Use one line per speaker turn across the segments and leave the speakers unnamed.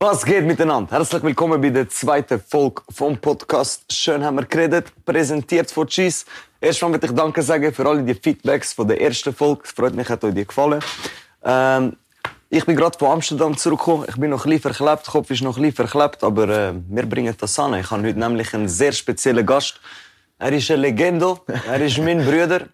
Was geht miteinander? Herzlich willkommen bei der zweiten Folge vom Podcast Schön haben wir geredet, präsentiert von Cheese. Erstmal möchte ich Danke sagen für alle die Feedbacks von der ersten Folge. Es freut mich, hat euch die gefallen. Ähm, ich bin gerade von Amsterdam zurückgekommen. Ich bin noch ein bisschen verklebt, Kopf ist noch ein bisschen verklebt, aber äh, wir bringen das an. Ich habe heute nämlich einen sehr speziellen Gast. Er ist eine Legende, er ist mein Bruder.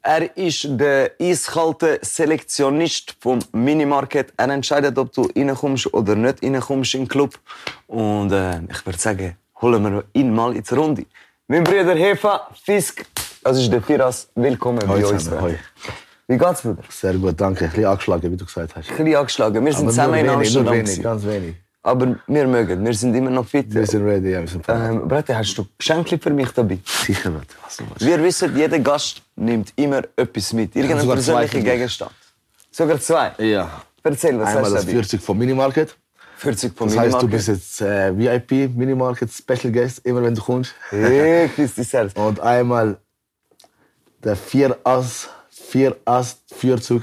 Er ist der eiskalte Selektionist vom Minimarket. Er entscheidet, ob du reinkommst oder nicht reinkommst in den Club. Und äh, ich würde sagen, holen wir ihn mal in die Runde. Mein Bruder Hefa, Fisk, das ist der Firas. Willkommen bei
Hoi
uns.
zusammen, hoi.
Wie geht's, Bruder?
Sehr gut, danke. Ein bisschen angeschlagen, wie du gesagt hast.
Ein bisschen angeschlagen. Wir sind
nur
zusammen in
wenig,
Amsterdam.
Nur wenig,
gewesen.
ganz wenig.
Aber wir mögen, wir sind immer noch fit.
Wir sind ready, ja, wir sind bereit.
Ähm, Brate, hast du Geschenke für mich dabei?
Äh, Sicher wird. Was du willst.
Wir wissen, jeder Gast nimmt immer etwas mit. Irgendein
sogar zwei
persönlicher
für dich.
Gegenstand. Sogar zwei.
Ja.
Erzähl, was
Einmal
hast
das
du dabei?
40 vom Minimarket.
40 von
Das
mir.
heißt, du bist jetzt äh, VIP, Minimarket, Special Guest, immer wenn du kommst.
Hey, küss dich selbst.
Und einmal der 4-Ass, 4-Ass, 4-Zug.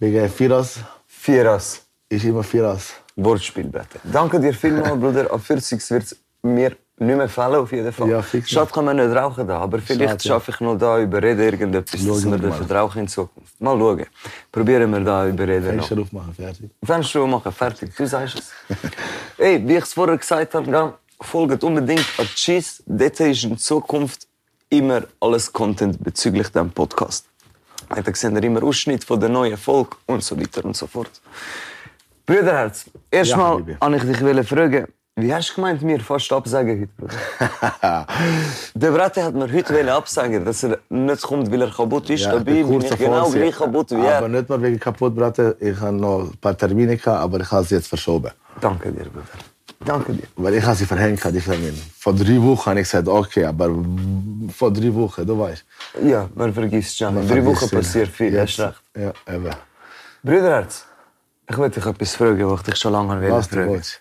Wegen 4-Ass
Vierers.
ist immer 4-Ass.
Wortspiel, bitte. Danke dir vielmals, Bruder. Ab 40 wird es mir nicht mehr fehlen, auf jeden Fall.
Ja, fix.
Schade, kann man nicht rauchen da, aber vielleicht
Schade, ja.
schaffe ich noch da überreden, irgendetwas, dass
Schauen
wir
wir
den
mal.
Vertrauch in Zukunft. Mal schauen. Probieren wir da überreden. noch.
Extra aufmachen, fertig.
Wenn schon machen, fertig. Du sagst es. Ey, wie ich es vorher gesagt habe, gell, folgt unbedingt an Cheese. Dort ist in Zukunft immer alles Content bezüglich dem Podcast. Und Da sehen wir immer Ausschnitt von der neuen Folge und so weiter und so fort. Brüderherz,
Ja,
erstmal
Habibi.
wollte ich dich wollen fragen, wie hast du gemeint, mir fast absagen heute, Bruder? der Brate hat mir heute wollen absagen, dass er nicht kommt, weil er kaputt ist. Dabei
der
bin
kurze
ich genau
Vorsitz.
gleich kaputt wie
Aber
er.
nicht mal wegen kaputt, Bratte. Ich habe noch ein paar Termine, gehabt, aber ich habe sie jetzt verschoben.
Danke dir, Bruder. Danke dir.
Weil ich habe sie verhängt, die Termine. Vor drei Wochen habe ich gesagt, okay, aber vor drei Wochen, du weißt.
Ja, man vergisst ja.
Man
Drei
vergisst
Wochen
sie.
passiert viel,
Jetzt-
hast recht.
Ja, eben.
Brüderherz, ich wollte dich etwas fragen, was ich dich schon lange will
Was du
fragen.
willst.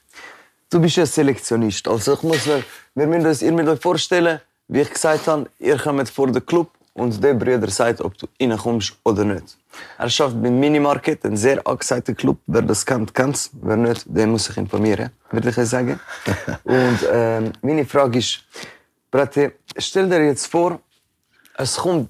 Du bist ein Selektionist. Also ich muss mir, wir müssen uns, ihr müsst euch vorstellen, wie ich gesagt habe, ihr kommt vor den Club und der Brüder sagt, ob du reinkommst oder nicht. Er schafft beim Minimarket, einen sehr angesagten Club. Wer das kennt, kennt es. Wer nicht, der muss sich informieren, würde ich sagen. und ähm, meine Frage ist, Brate, stell dir jetzt vor, es kommt,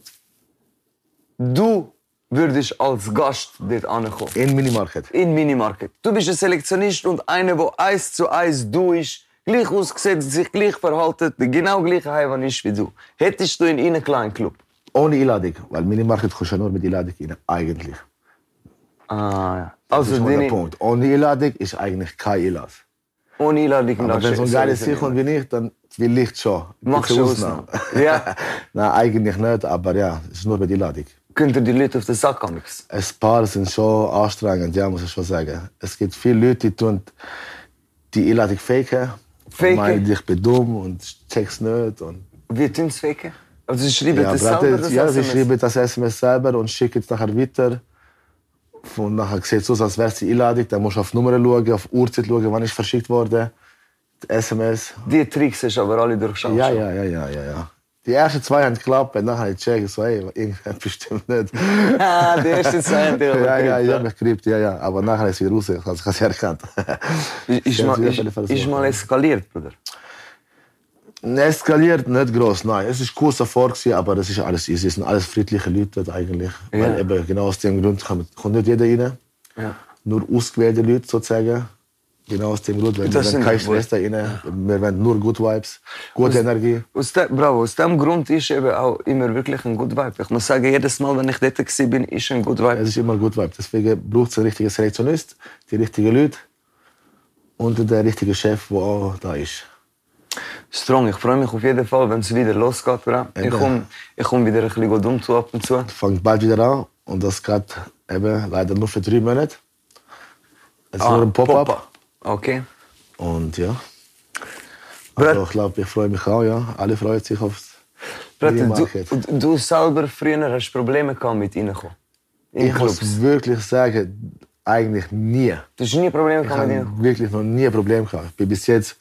du würdest als Gast dort ankommen
In Minimarket.
in Minimarket. Du bist ein Selektionist und einer, der eins zu eins du ist, gleich ausgesehen, sich gleich verhalten, der genau gleiche Heimann ist wie du. Hättest du in einen kleinen Club?
Ohne Einladung. Weil Minimarket kommst du ja nur mit Einladung rein, eigentlich.
Ah, ja.
Das
Also,
ist mal der
deine,
Punkt. Ohne Einladung ist eigentlich kein Einlass.
ohne Einladung
Aber wenn so ein geiles Sieg
Selektionist.
kommt wie ich, dann vielleicht schon.
Machst
Gibt's
du
eine
Ausnahme. Ja.
Nein, eigentlich nicht, aber ja, es ist nur bei der Einladung.
Könnt ihr die Leute auf den Sack haben?
Ein paar sind schon anstrengend, ja, muss ich schon sagen. Es gibt viele Leute, die tun die Einladung faken.
Faken?
Meinen, ich bin dumm und check's nicht. Und
Wie tun sie weg? Also, sie schreiben
ja,
das
Brate,
selber, das
ja, sie
SMS?
schreiben das SMS selber und schicken es nachher weiter. Und nachher sieht es aus, als wäre es die Einladung. Dann musst du auf die Nummer schauen, auf die Uhrzeit schauen, wann ist verschickt worden. Die SMS.
Die Tricks hast du aber alle durchschaut.
Ja, ja, ja, ja, ja, ja. Die ersten zwei haben geklappt, und nachher habe ich gecheckt, so, ey, irgendwann bestimmt nicht.
Ah, die ersten zwei haben die aber
ja, ja,
gekriegt,
ich
ja.
habe mich gerippt, ja, ja. Aber nachher ist es wieder raus, ich habe es erkannt.
Ist- Ist
Ja,
mal,
sie
ist,
haben alle
ist mal eskaliert, Bruder.
Eskaliert Ne, nicht groß, nein. Es ist kurz davor, gewesen, aber es ist alles easy. Es sind alles friedliche Leute dort eigentlich.
Ja.
Weil eben genau aus dem Grund kommt, kommt nicht jeder rein.
Ja.
Nur ausgewählte Leute sozusagen. Genau aus dem Grund, weil
Das
wir
sind
wollen keine
die Leute.
Stress da rein. Wir wollen nur Good Vibes, gute Energie.
Aus de, bravo, aus dem Grund ist eben auch immer wirklich ein Good Vibe. Ich muss sagen, jedes Mal, wenn ich dort war, bin, ist ein Good Vibe.
Es ist immer gut Vibe. Deswegen braucht es einen richtigen Selektionist, die richtigen Leute und den richtigen Chef, der auch da ist.
Strong, ich freue mich auf jeden Fall, wenn es wieder losgeht. Bra. Ich
Eben.
komme ich komm wieder ein bisschen dumm zu ab und zu.
Fängt bald wieder an und das geht eben leider nur für drei Monate. Es
Ah,
ist nur ein Pop-up.
Okay.
und ja.
Brett.
Also ich glaube, ich freue mich auch, ja. Alle freuen sich aufs
Brate,
Minimarket.
du, und du selber früher hast Probleme gehabt mit reinkommen. In
Ich
Clubs.
muss wirklich sagen, eigentlich nie.
Du hast nie Probleme
Ich
gehabt mit
habe
reinkommen.
wirklich noch nie ein Problem gehabt. Ich bin bis jetzt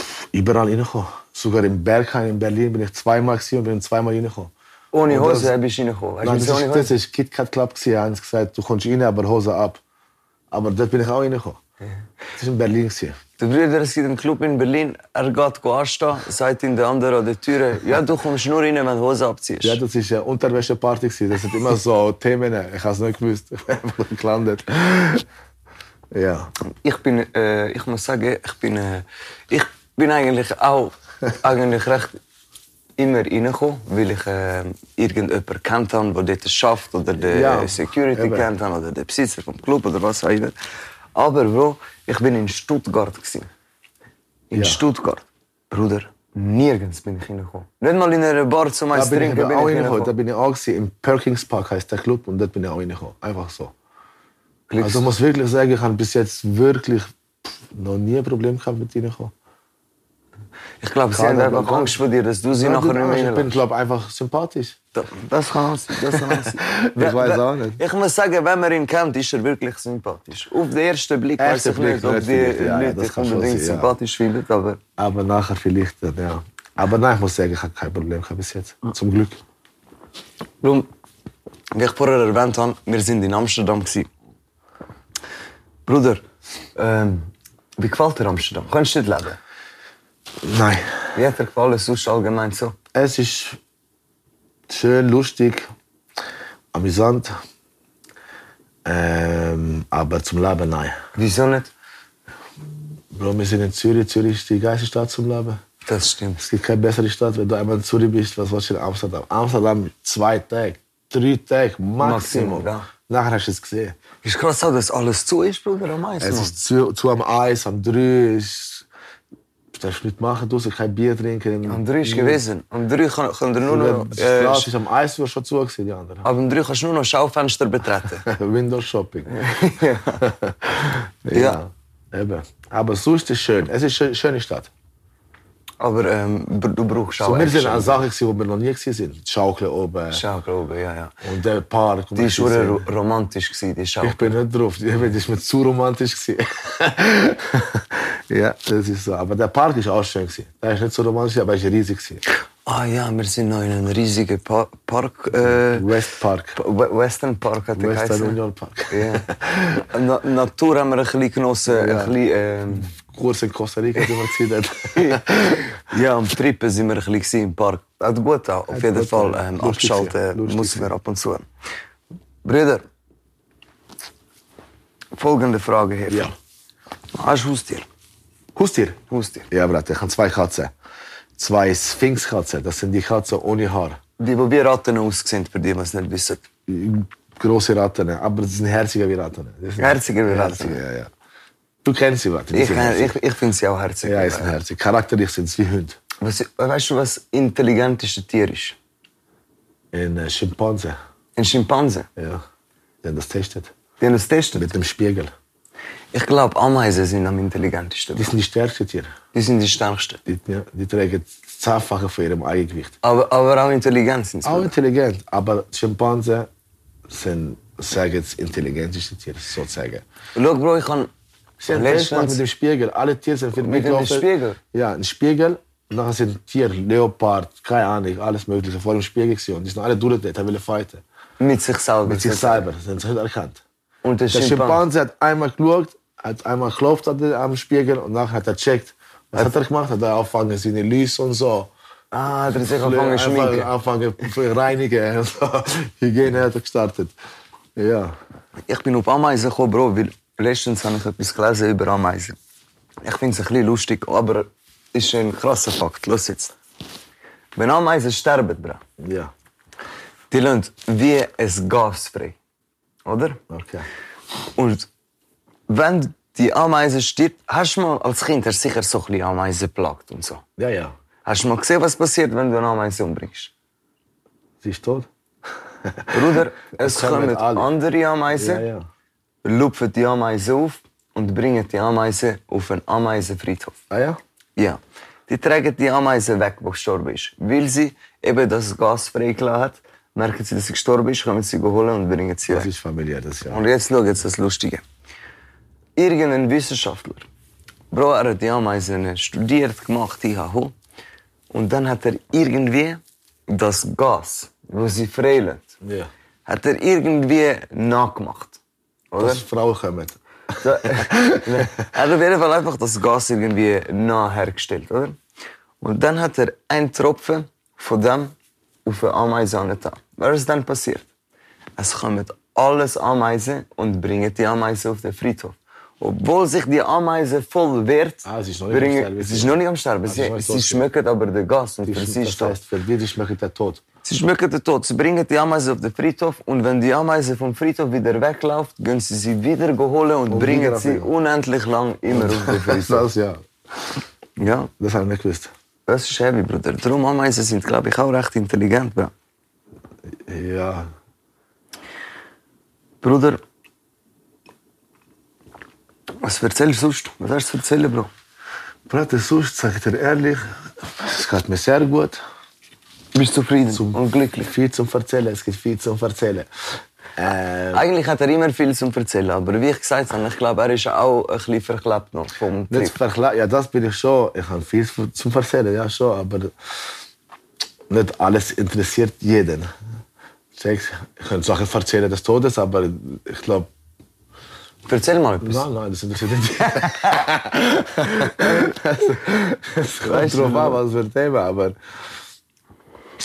pff, überall reingekommen. Sogar im Berghain in Berlin bin ich zweimal gewesen und bin zweimal reingekommen.
Ohne
Und
Hose
das-
bist du reinkommen. Weißt du,
Nein, das
wieso ohne
ist, das
Hose?
ist KitKat Club. gewesen. Er hat gesagt, du kommst rein, aber Hose ab. Aber dort bin ich auch reingekommen. Das war in Berlin. Gewesen.
Die Brüder, es gibt einen Club in Berlin, er geht anstehen, sagt ihm der andere an der Tür, ja, du kommst nur rein, wenn du Hose abziehst.
Ja, das war eine Unterwäscheparty. gewesen. Das sind immer so Themen. Ich habe es nicht gewusst. Ich bin einfach gelandet. Ja.
Ich bin, äh, ich muss sagen, ich bin, äh, ich bin eigentlich auch eigentlich recht immer reingekommen, weil ich äh, irgendjemanden kennt habe, der dort schafft oder der
Ja,
Security
eben.
kennt habe oder der Besitzer vom Club oder was auch immer. Aber Bro, ich bin in Stuttgart gewesen. In
Ja.
Stuttgart, Bruder, nirgends bin ich reingekommen. Nicht mal in einer Bar zum
Da
Eis
bin ich
trinken bin
eben
ich
auch reingekommen. Da
reingekommen.
bin ich auch gewesen. Im Perkins Park heißt der Club und dort bin ich auch reingekommen. Einfach so.
Glücks-
Also ich muss wirklich sagen, ich habe bis jetzt wirklich pff, noch nie ein Problem gehabt mit reingekommen.
Ich glaube, sie
Keiner
haben einfach
glaubt.
Angst vor dir, dass du sie
Ja,
nachher
du-
nicht mehr
Ich bin,
reinlässt.
glaube einfach sympathisch.
Das kann alles, das kann alles.
Ich weiß auch nicht.
Ich muss sagen, wenn man ihn kennt, ist er wirklich sympathisch. Auf den ersten Blick weiß
Erster
ich nicht,
Blick,
ob die
natürlich, ja, ja,
Leute
das
dich
kann schon
unbedingt
sein, ja.
sympathisch finden, aber
Aber nachher vielleicht, dann, ja. Aber nein, ich muss sagen, ich habe kein Problem gehabt bis jetzt. Zum Glück.
darum, wie ich vorher erwähnt habe, wir sind in Amsterdam. Gewesen. Bruder, ähm, wie gefällt dir Amsterdam? Kannst du dort leben?
Nein.
Wie hat dir gefallen, sonst allgemein so?
Es ist schön, lustig, amüsant. Ähm, aber zum Leben nein.
Wieso nicht?
Bro, wir sind in Zürich. Zürich ist die geilste Stadt zum Leben.
Das stimmt.
Es gibt keine bessere Stadt, wenn du einmal in Zürich bist, was willst du in Amsterdam? Amsterdam zwei Tage, drei Tage, Maximum.
Maximum, ja.
Nachher hast du es gesehen.
Ist krass, auch, dass alles zu ist, Bruder, am Eis.
Es
Mann.
ist zu, zu am Eis, am drei ist... Du darfst nichts machen, du sollst kein Bier trinken.
Am 3 ist gewesen. Am 3 kann, kann er nur noch...
Die
Äh,
Straße ist am Eis, war schon zu, gewesen, die anderen.
ab dem 3 kannst du nur noch Schaufenster betreten.
Windows Shopping. ja.
Ja.
Eben. Aber sonst ist es schön. Es ist eine schöne Stadt.
Aber ähm, br- du brauchst auch
So, wir
Action.
sind an Sachen, gewesen, wo wir noch nie gewesen sind. Schaukeln oben
Schau, glaube ja, ja.
und der Park.
Die war schon ro romantisch, gewesen, die Schau.
Ich bin nicht drauf. Eben, Das war mir zu romantisch. gewesen. ja, das ist so. Aber der Park war auch schön. gewesen. Der war nicht so romantisch, aber er war riesig. gewesen.
Ah ja, wir sind noch in einem riesigen pa Park. Äh,
West Park.
Pa- We- Western Park hat er
Western
geheißen.
Union Park.
Ja. Na Natur haben wir ein bisschen genossen. Ein
Ja.
bisschen, ähm,
Kurs in Costa Rica, den wir gesehen haben.
ja, am Trippen sind wir ein bisschen gewesen im Park. Hat gut auch, auf jeden
gut
Fall.
auch.
Ähm,
Lustig
abschalten
gewesen, lustig
müssen wir ab und zu. Brüder, folgende Frage hier.
Ja.
Hast du Ah, Haustier?
Haustier?
Haustier.
Ja, Bruder, ich habe zwei Katzen. Zwei Sphinx-Katzen, das sind die Katzen ohne Haar.
Die, die wie Ratten aussehen, für die, die es nicht wissen.
Große Ratten, aber das sind herzige wie Ratten. Das sind-
Herzige wie Ratten.
Herzige, Ja, ja. Du kennst sie, Ratten. die
Ich,
sind herzig.
ich, ich finde sie auch herzig.
Ja, die sind herzig. Charakterlich sind sie wie Hunde.
was, weißt du, was intelligenteste Tier ist?
Ein äh, Schimpanse.
Ein Schimpanse.
Ja. Die haben das testet.
Die haben es testet.
Mit dem Spiegel.
Ich glaube, Ameisen sind am intelligentesten.
Die sind die stärksten Tiere.
Die sind die stärksten.
Die, ja, die tragen das zehnfache von ihrem Eigengewicht.
Aber, aber auch intelligent sind
Auch
sie.
intelligent, aber Schimpansen sind, sagen jetzt, intelligenteste Tiere, sozusagen.
Schau, Bro, ich kann.
Sie haben Test gemacht mit dem Spiegel. Alle Tiere sind für mich
dem Spiegel?
Ja, ein Spiegel. Und nachher sind Tiere, Leopard, keine Ahnung, alles Mögliche vor dem Spiegel gewesen. Und die sind alle durchgedreht, haben wollen fighten.
mit sich selber.
Mit sich selber, sind sie nicht erkannt.
Und der,
Der
Schimpanse.
Schimpanse hat einmal geschaut, hat einmal geklopft an den- am Spiegel und nachher hat er checkt. Was hat er gemacht? Hat er angefangen, seine Lüse und so.
Ah, der hat sich angefangen zu
Einfach
schminken.
Anfangen zu reinigen. und so. Hygiene hat er gestartet. Ja.
Ich bin auf Ameisen gekommen, Bro, weil letztens habe ich etwas gelesen über Ameisen. Ich finde es ein bisschen lustig, aber es ist ein krasser Fakt. Los jetzt. Wenn Ameisen sterben, Bro,
Ja.
die lassen wie ein Gas frei. Oder?
Okay.
Und wenn die Ameise stirbt, hast du mal als Kind hast du sicher so ein bisschen Ameisen plagt und so.
Ja, ja.
Hast du mal gesehen, was passiert, wenn du eine Ameise umbringst?
Sie ist tot.
Bruder, es
Das können
kommen
alle.
andere Ameisen,
Ja, ja.
lupfen die Ameise auf und bringen die Ameise auf einen Ameisenfriedhof.
Ah ja?
Ja. Die tragen die Ameise weg, die gestorben ist. Weil sie eben das Gas freigelassen hat, merken sie, dass sie gestorben ist, kommen sie holen und bringen sie
Das
weg.
ist familiär, das ja.
Und jetzt schau jetzt das Lustige. Irgendein Wissenschaftler, Bro, er hat die Ameisen studiert, gemacht, IHH. Und dann hat er irgendwie das Gas, das sie freilässt,
Ja.
hat er irgendwie nachgemacht. Oder?
Dass Frauen kommen.
Er wäre weil einfach das Gas irgendwie nah hergestellt, oder? Und dann hat er ein Tropfen von dem auf eine Ameise angetan. Was ist dann passiert? Es kommen alles Ameisen und bringen die Ameise auf den Friedhof. Obwohl sich die Ameise voll wehrt,
Ah, sie ist noch nicht am
bringen-
Sterben.
Sie ist noch nicht am Sterben.
sie ist noch
Sie,
nicht
sie
tot.
schmeckt aber den Gas und
Die
für sie
schmeckt
ist das.
fest, für die, die schmeckt der Tod.
Sie schmecken den Tod. Sie bringen die Ameise auf den Friedhof und wenn die Ameise vom Friedhof wieder wegläuft, gehen sie sie wieder holen und,
Und
bringen
wieder auf
sie
den-
unendlich lang immer auf den Friedhof.
Das, ja.
ja,
Das habe ich nicht gewusst.
das ist heavy, Bruder. Darum Ameisen sind, glaube ich, auch recht intelligent, Bro.
Ja.
Bruder, was erzählst du sonst? Was hast du zu erzählen, Bro?
Brate, sonst, sag ich dir ehrlich, es geht mir sehr gut.
Bist du zufrieden und glücklich?
Viel zum Erzählen, es gibt viel zum Erzählen. Ähm,
Eigentlich hat er immer viel zu erzählen, aber wie ich gesagt habe, ich glaube, er ist auch ein bisschen verklebt noch vom Trip.
nicht verkla- ja, das bin ich schon. Ich habe viel zu- zum Erzählen, ja schon, aber nicht alles interessiert jeden. Checkst? Ich könnte Sachen erzählen des Todes, aber ich glaube,
Erzähl mal etwas.
Nein, nein, das interessiert nicht. Es kommt
Weißt du,
drauf an, was für Thema, aber.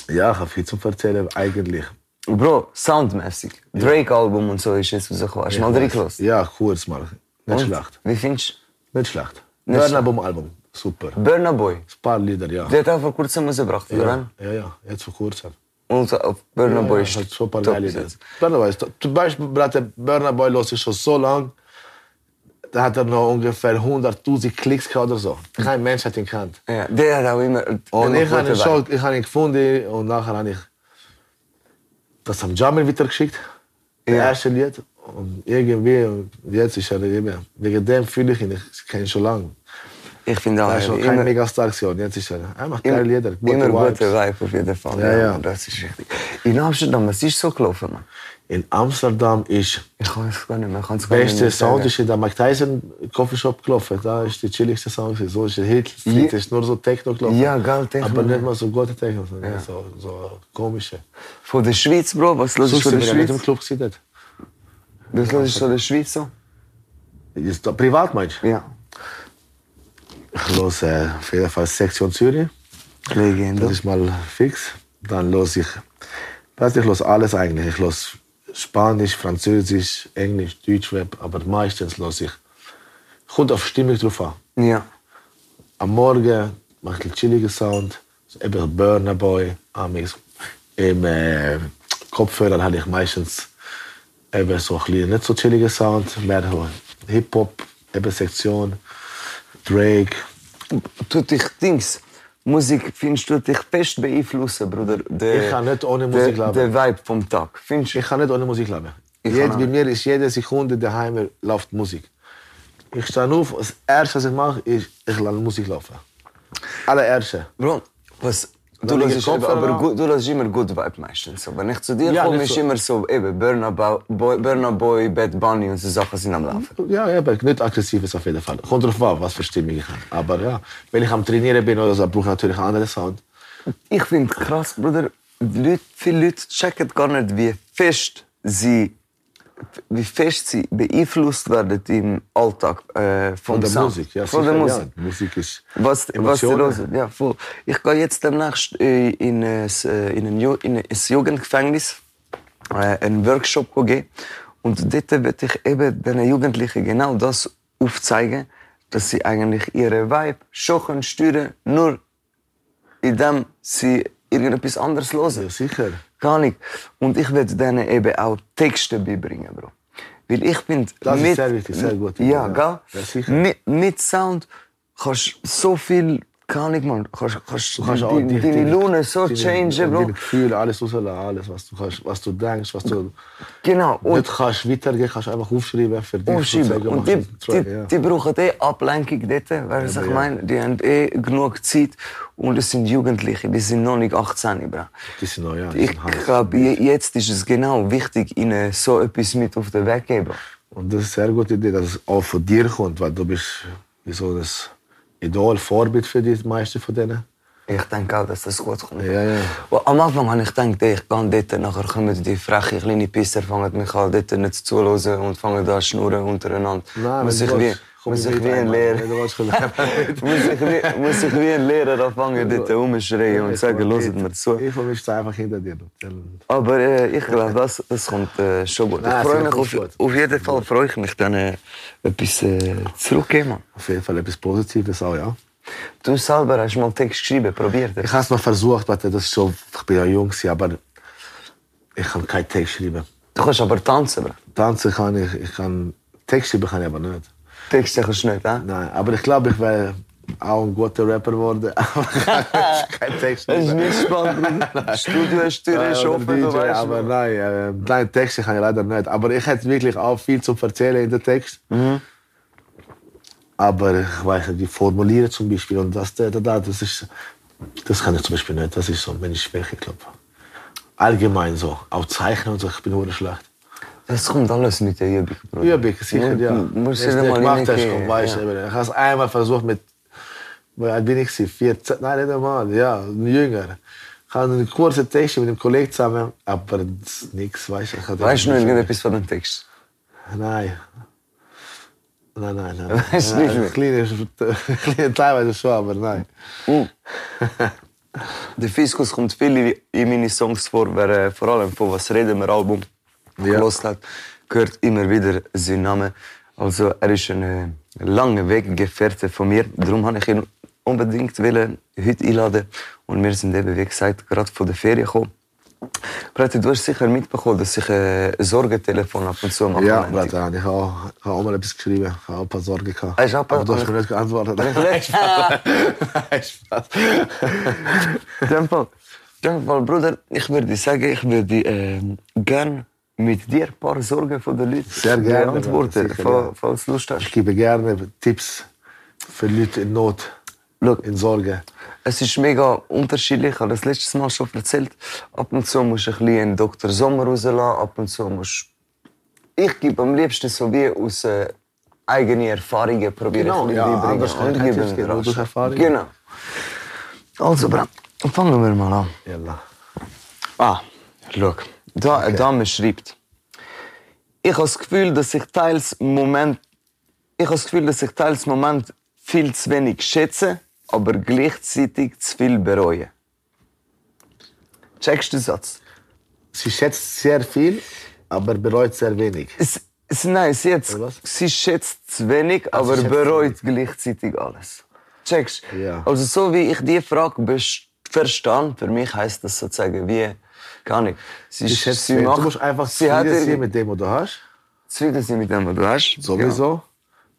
Ja, ich habe viel zu erzählen, eigentlich.
Bro, soundmäßig. Drake-Album und so ist jetzt rausgekommen. Hast du mal Drake los?
Ja, kurz mal. Nicht schlecht.
Wie findest
Nicht schlecht.
Nicht
Burn Album Album. Super.
du? Burna Boy.
Ein paar Lieder, ja.
Der hat auch vor kurzem rausgebracht, oder?
Ja, ja, ja, jetzt vor kurzem.
Und auf Burna Boy
ja,
ist
hat so ein paar
top
geile Lieder.
gesetzt.
Burna Boy ist top. Zum Beispiel, Brate, Burna Boy los ich schon so lang. Da hat er noch ungefähr 100.000 Klicks gehabt oder so. Kein Mensch hat ihn gekannt.
Ja, der hat auch immer...
Und
der
ich habe ihn
macht
schon, ich habe ihn gefunden und nachher habe ich das am Jamil wieder geschickt, das
Ja.
erste Lied. Und irgendwie, und jetzt ist er eben, wegen dem fühle ich ihn, ich kenne ihn schon lange.
dabei. Ich finde auch,
Er ist
er
schon
hat
kein
immer,
mega Star gewesen, jetzt ist er, er macht
immer,
geile Lieder, gute
immer
Vibes.
gute Vibe auf jeden Fall.
Ja, ja.
Das ist richtig. In Amsterdam, es ist so gelaufen, man.
In Amsterdam ist
Ich kann es gar nicht mehr. Ich kann es gar
der
nicht mehr
beste Sound
sagen.
ist in der Mike Tyson Coffee Shop gelaufen, da ist der chilligste Sound, gewesen. so ist der Hit, Street
Ja.
ist nur so Techno gelaufen.
Ja, geil, Techno,
Aber
ja.
nicht mal so gute Techno, sondern so, so komische.
Von der Schweiz, Bro. Was hörst du
Sonst
von
sind
der
wir ja nicht im
Schweiz?
Club gewesen dort.
Was hörst du von der Schweiz so?
Ist da privat, meinst du?
Ja.
Ich los äh, auf jeden Fall Sektion Zürich. Das
Legende.
ist mal fix. Dann los ich. Weißt du, ich los alles eigentlich. Ich los Spanisch, Französisch, Englisch, Deutschrap, aber meistens los ich. Kommt auf Stimmung drauf an.
Ja.
Am Morgen mache ich einen chilligen Sound. So Eben Burner Boy, Amix. Im äh, Kopfhörer habe ich meistens eben so ein bisschen nicht so chilligen Sound, mehr so Hip-Hop, eben Sektion, Drake.
tut dich Dings. Musik findest du dich fest beeinflussen, Bruder. Der,
Ich kann nicht ohne Musik
der,
leben.
der Vibe vom Tag. Findest du?
Ich kann nicht ohne Musik leben.
Ich
Jed,
kann auch
bei mir ist jede Sekunde daheim läuft Musik. Ich stehe auf, das erste, was ich mache, ist, ich lasse Musik laufen. Allererste.
Bro, was? Du
Dann liege
hörst,
ich
aber,
Kopfhörer
aber
an.
gut, du hörst immer Good Vibe meistens. Aber wenn ich zu dir
Ja,
komme,
nicht
ist
so.
immer so, eben, Burna Ba- Boy, Burna Boy, Bad Bunny und so Sachen sind am Laufen.
Ja, eben, nicht aggressiv ist auf jeden Fall. Kommt drauf an, was für Stimmung ich habe. Aber ja, wenn ich am Trainieren bin oder so, brauche ich natürlich einen anderen Sound. Mhm.
Ich finde krass, Bruder, die Leute, viele Leute checken gar nicht, wie fest sie wie fest sie beeinflusst werden im Alltag äh, vom
Von der
Sound.
Musik. Ja,
von der
sicher,
Musik.
Ja. Musik ist
Was, was
Emotionen.
los ist. Ja, voll. Ich gehe jetzt demnächst äh, in, ein, äh, in, ein, Ju- in ein Jugendgefängnis äh, einen Workshop gehen. Und dort will ich eben den Jugendlichen genau das aufzeigen, dass sie eigentlich ihre Vibe schon können steuern nur indem sie irgendetwas anderes hören.
Ja, sicher.
Gar nicht. Und ich werde denen eben auch Texte beibringen, Bro. Weil ich bin
Das ist sehr wichtig, sehr gut.
Ja,
Ja,
gell?
ja, sicher.
Mit, mit Sound kannst du so viel, gar nicht, man. Kannst, kannst,
Du kannst auch
deine,
dich-
deine Laune so
deine-
changen, Bro.
Deine Gefühle, alles rauslassen, alles, was du, kannst, was du denkst, was du...
Genau. Und,
nicht kannst weitergehen, kannst einfach aufschreiben für dich.
umschieben. Und die, die, die brauchen eh Ablenkung dort, weil ich
ja.
meine, die haben eh genug Zeit. Und es sind Jugendliche, die sind noch nicht 18, Bro.
die sind neu, ja. die
Ich
sind heiß.
glaube, je- jetzt ist es genau wichtig, ihnen so etwas mit auf den Weg geben.
Und das ist eine sehr gute Idee, dass es auch von dir kommt, weil du bist wie so das Idol, Vorbild für die meisten von denen.
Ich denke auch, dass das gut kommt.
Ja, ja.
Und am Anfang habe ich gedacht, ey, ich kann dort, nachher kommen die frechen kleinen Pisser, fangen mich an, dort nicht zuzuhören und fangen da schnurren untereinander. muss ich wie, muss ich wie ein Lehrer,
Du hast gelernt.
muss ich wie, muss ich wie ein Lehrer anfangen, dort rumschreien und sagen, hört mir zu.
Ich vermische einfach hinter dir.
Aber äh, ich glaube, das, das kommt äh, schon gut.
Nein,
ich freue
es
mich
kommt
auf,
gut.
auf jeden Fall freue ich mich dann äh, etwas äh, zurückgeben. Mann.
Auf jeden Fall etwas Positives auch, ja.
Du selber hast mal einen Text geschrieben, probiert
Ich
er.
habe es mal versucht, warte, das ist schon, ich bin ja jung, gewesen, aber ich kann keinen Text schreiben.
Du kannst aber tanzen, bro.
Tanzen kann ich, ich kann, Text schreiben kann ich aber nicht.
Texte kannst du nicht, hä?
Nein, aber ich glaube, ich wäre auch ein guter Rapper geworden, aber ich kann keinen Text
Es ist
schreiben.
nicht spannend, Bruder. Studio ist teuer, ist
Nein,
offen,
oder
du
DJ,
weißt.
aber
Mann.
nein, äh, nein, Texte kann ich leider nicht. Aber ich hätte wirklich auch viel zu erzählen in den Text.
Mhm.
Aber ich weiß nicht, wie formulieren zum Beispiel und das, da, da, da, das ist, das kann ich zum Beispiel nicht. Das ist so meine Schwäche, glaube ich. Allgemein so, auch Zeichnen und so, ich bin nur schlecht.
Das kommt alles mit der Übung, Bruder.
Übung, sicher, ja.
Du musst
Wenn
dir
es nicht
mal
gemacht hast,
hineingehen,
komm, weißt du,
ja.
eben. ich habe es einmal versucht mit, wie alt bin ich gewesen? 14, nein, nicht einmal, ja, ein jünger. Ich habe einen kurzen Text mit einem Kollegen zusammen, aber nichts, weißt du. ich hatte-
Weißt du noch irgendetwas von dem Text?
Nein. Nein, nein, nein.
Weißt du nicht mehr?
Kleine, kleine teilweise schon, aber nein.
Mm. Der Fiskus kommt viel in meine Songs vor, wer äh, vor allem von «Was reden wir» Album
Ja.
gehört hat, hört immer wieder seinen Namen. Also er ist ein äh, langer Weggefährte von mir, darum habe ich ihn unbedingt wollen, heute einladen und wir sind eben, wie gesagt, gerade von der Ferien gekommen. Brate, du hast sicher mitbekommen, dass ich äh, ein Sorgentelefon ab und zu mache.
Ja,
Mann.
Bratan, ich habe auch, ich habe auch mal etwas geschrieben, ich habe auch ein paar Sorgen gehabt.
Hast du auch ein paar-
aber du hast mir nicht geantwortet. Nein, Spaß.
In dem Fall, in dem Fall, Bruder, ich würde sagen, ich würde ähm, gern mit dir ein paar Sorgen von den Leuten
Sehr gerne,
beantworten,
Bruder, sicher,
fa-
ja.
falls du Lust hast.
Ich gebe gerne Tipps für Leute in Not,
Look.
in Sorge.
Es ist mega unterschiedlich, ich habe das letztes Mal schon erzählt. Ab und zu musst du ein bisschen einen Dr. Sommer rauslassen, ab und zu musst Ich gebe am liebsten so wie aus äh, eigenen Erfahrungen probieren.
Genau,
ein bisschen
ja,
beibringen
anders kann
und
ich keinen
geben
Tipps geben,
Ratschlag.
durch Erfahrungen.
Genau. Also, Bram, fangen wir mal an.
Yalla.
Ah, schau. Da eine Dame schreibt. Ich habe das Gefühl, dass ich teils im Moment, ich habe das Gefühl, dass ich teils im Moment viel zu wenig schätze, aber gleichzeitig zu viel bereue. Checkst du den Satz?
Sie schätzt sehr viel, aber bereut sehr wenig.
Es, es, nein, sie, hat,
Oder was? Also
sie schätzt zu wenig, aber
schätzt
bereut gleichzeitig alles. Checkst?
Ja.
Also so wie ich die Frage best- verstand, für mich heißt das sozusagen wie, gar nicht. Sie,
Sie schätzt viel. du musst einfach
sie hat
zufrieden sein
irgendwie-
mit dem, was du hast.
zufrieden sind mit dem, was du hast.
Sowieso.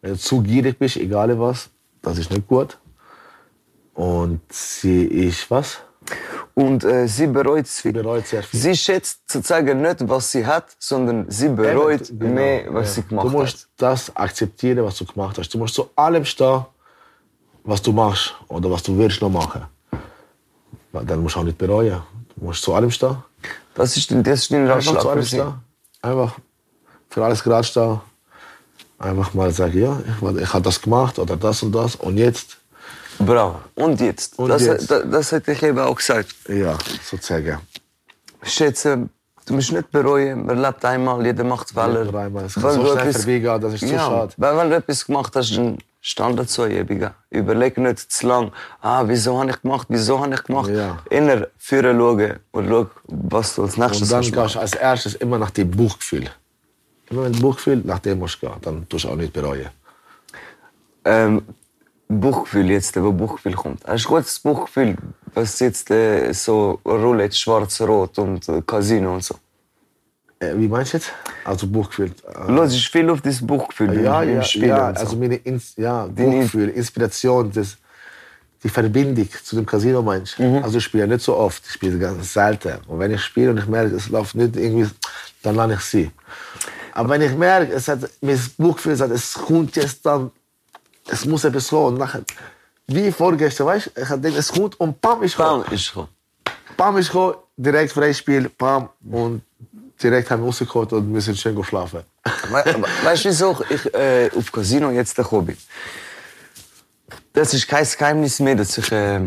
Wenn du zu gierig bist, egal was, das ist nicht gut. Und sie ist was?
Ja. Und äh, sie bereut es viel.
Bereut sehr viel.
Sie schätzt sozusagen nicht, was sie hat, sondern sie bereut
Genau.
mehr, was
Ja.
sie gemacht
Du musst das akzeptieren, was du gemacht hast. Du musst zu allem stehen, was du machst oder was du willst noch machen. Weil Dann musst du auch nicht bereuen. Du musst zu allem stehen.
hat. Das ist, das ist dein
Einfach
Ratschlag
zu
für
allem
sie.
stehen. Einfach für alles gerade stehen. Einfach mal sagen, ja, ich, ich habe das gemacht oder das und das und jetzt,
Bravo. Und jetzt?
Und
das,
jetzt?
Das, das hätte ich eben auch gesagt.
ja, sozusagen.
Schätze, du musst nicht bereuen, man lebt einmal, jeder macht Fehler.
Lebt nur einmal, es kann
Wenn
so
du
schnell
etwas-
vorbeigehen, das ist zu schade.
Weil wenn du etwas gemacht hast, dann stand dazu ewiger. Überleg nicht zu lang, ah, wieso habe ich gemacht, wieso habe ich gemacht.
Ja.
Inner führen schauen und schau, was du als nächstes
Und dann
kannst
gehst du als erstes immer nach dem Buchgefühl. Immer wenn du Buchgefühl, nach dem musst du gehen. Dann tust du auch nicht bereuen.
Ähm, Buchgefühl jetzt, wo Buchgefühl kommt. Hast du ein gutes Buchgefühl, was jetzt äh, so Roulette, Schwarz-Rot und äh, Casino und so?
Äh, wie meinst du jetzt? Also Buchgefühl. Äh,
Los, ist viel auf das Buchgefühl
ja,
im, im
ja,
Spiel
ja,
und so.
also meine Ins ja,
Deine-
Buchgefühl, Inspiration, das, die Verbindung zu dem Casino meinst du?
Mhm.
Also ich spiele ja nicht so oft, ich spiele ganz selten. Und wenn ich spiele und ich merke, es läuft nicht irgendwie, dann lasse ich sie. Aber wenn ich merke, es hat, mein Buchgefühl sagt, es kommt jetzt dann, es muss etwas kommen. Und nachher, wie vorgestern, weißt du, ich habe gedacht, es kommt und pam, ich komme.
Bam, ist gekommen.
Pam ist gekommen, direkt Freispiel, pam, und direkt haben wir rausgeholt und müssen schön gehen schlafen.
We weißt du, wieso ich äh, auf Casino jetzt gekommen bin? Das ist kein Geheimnis mehr, dass ich äh,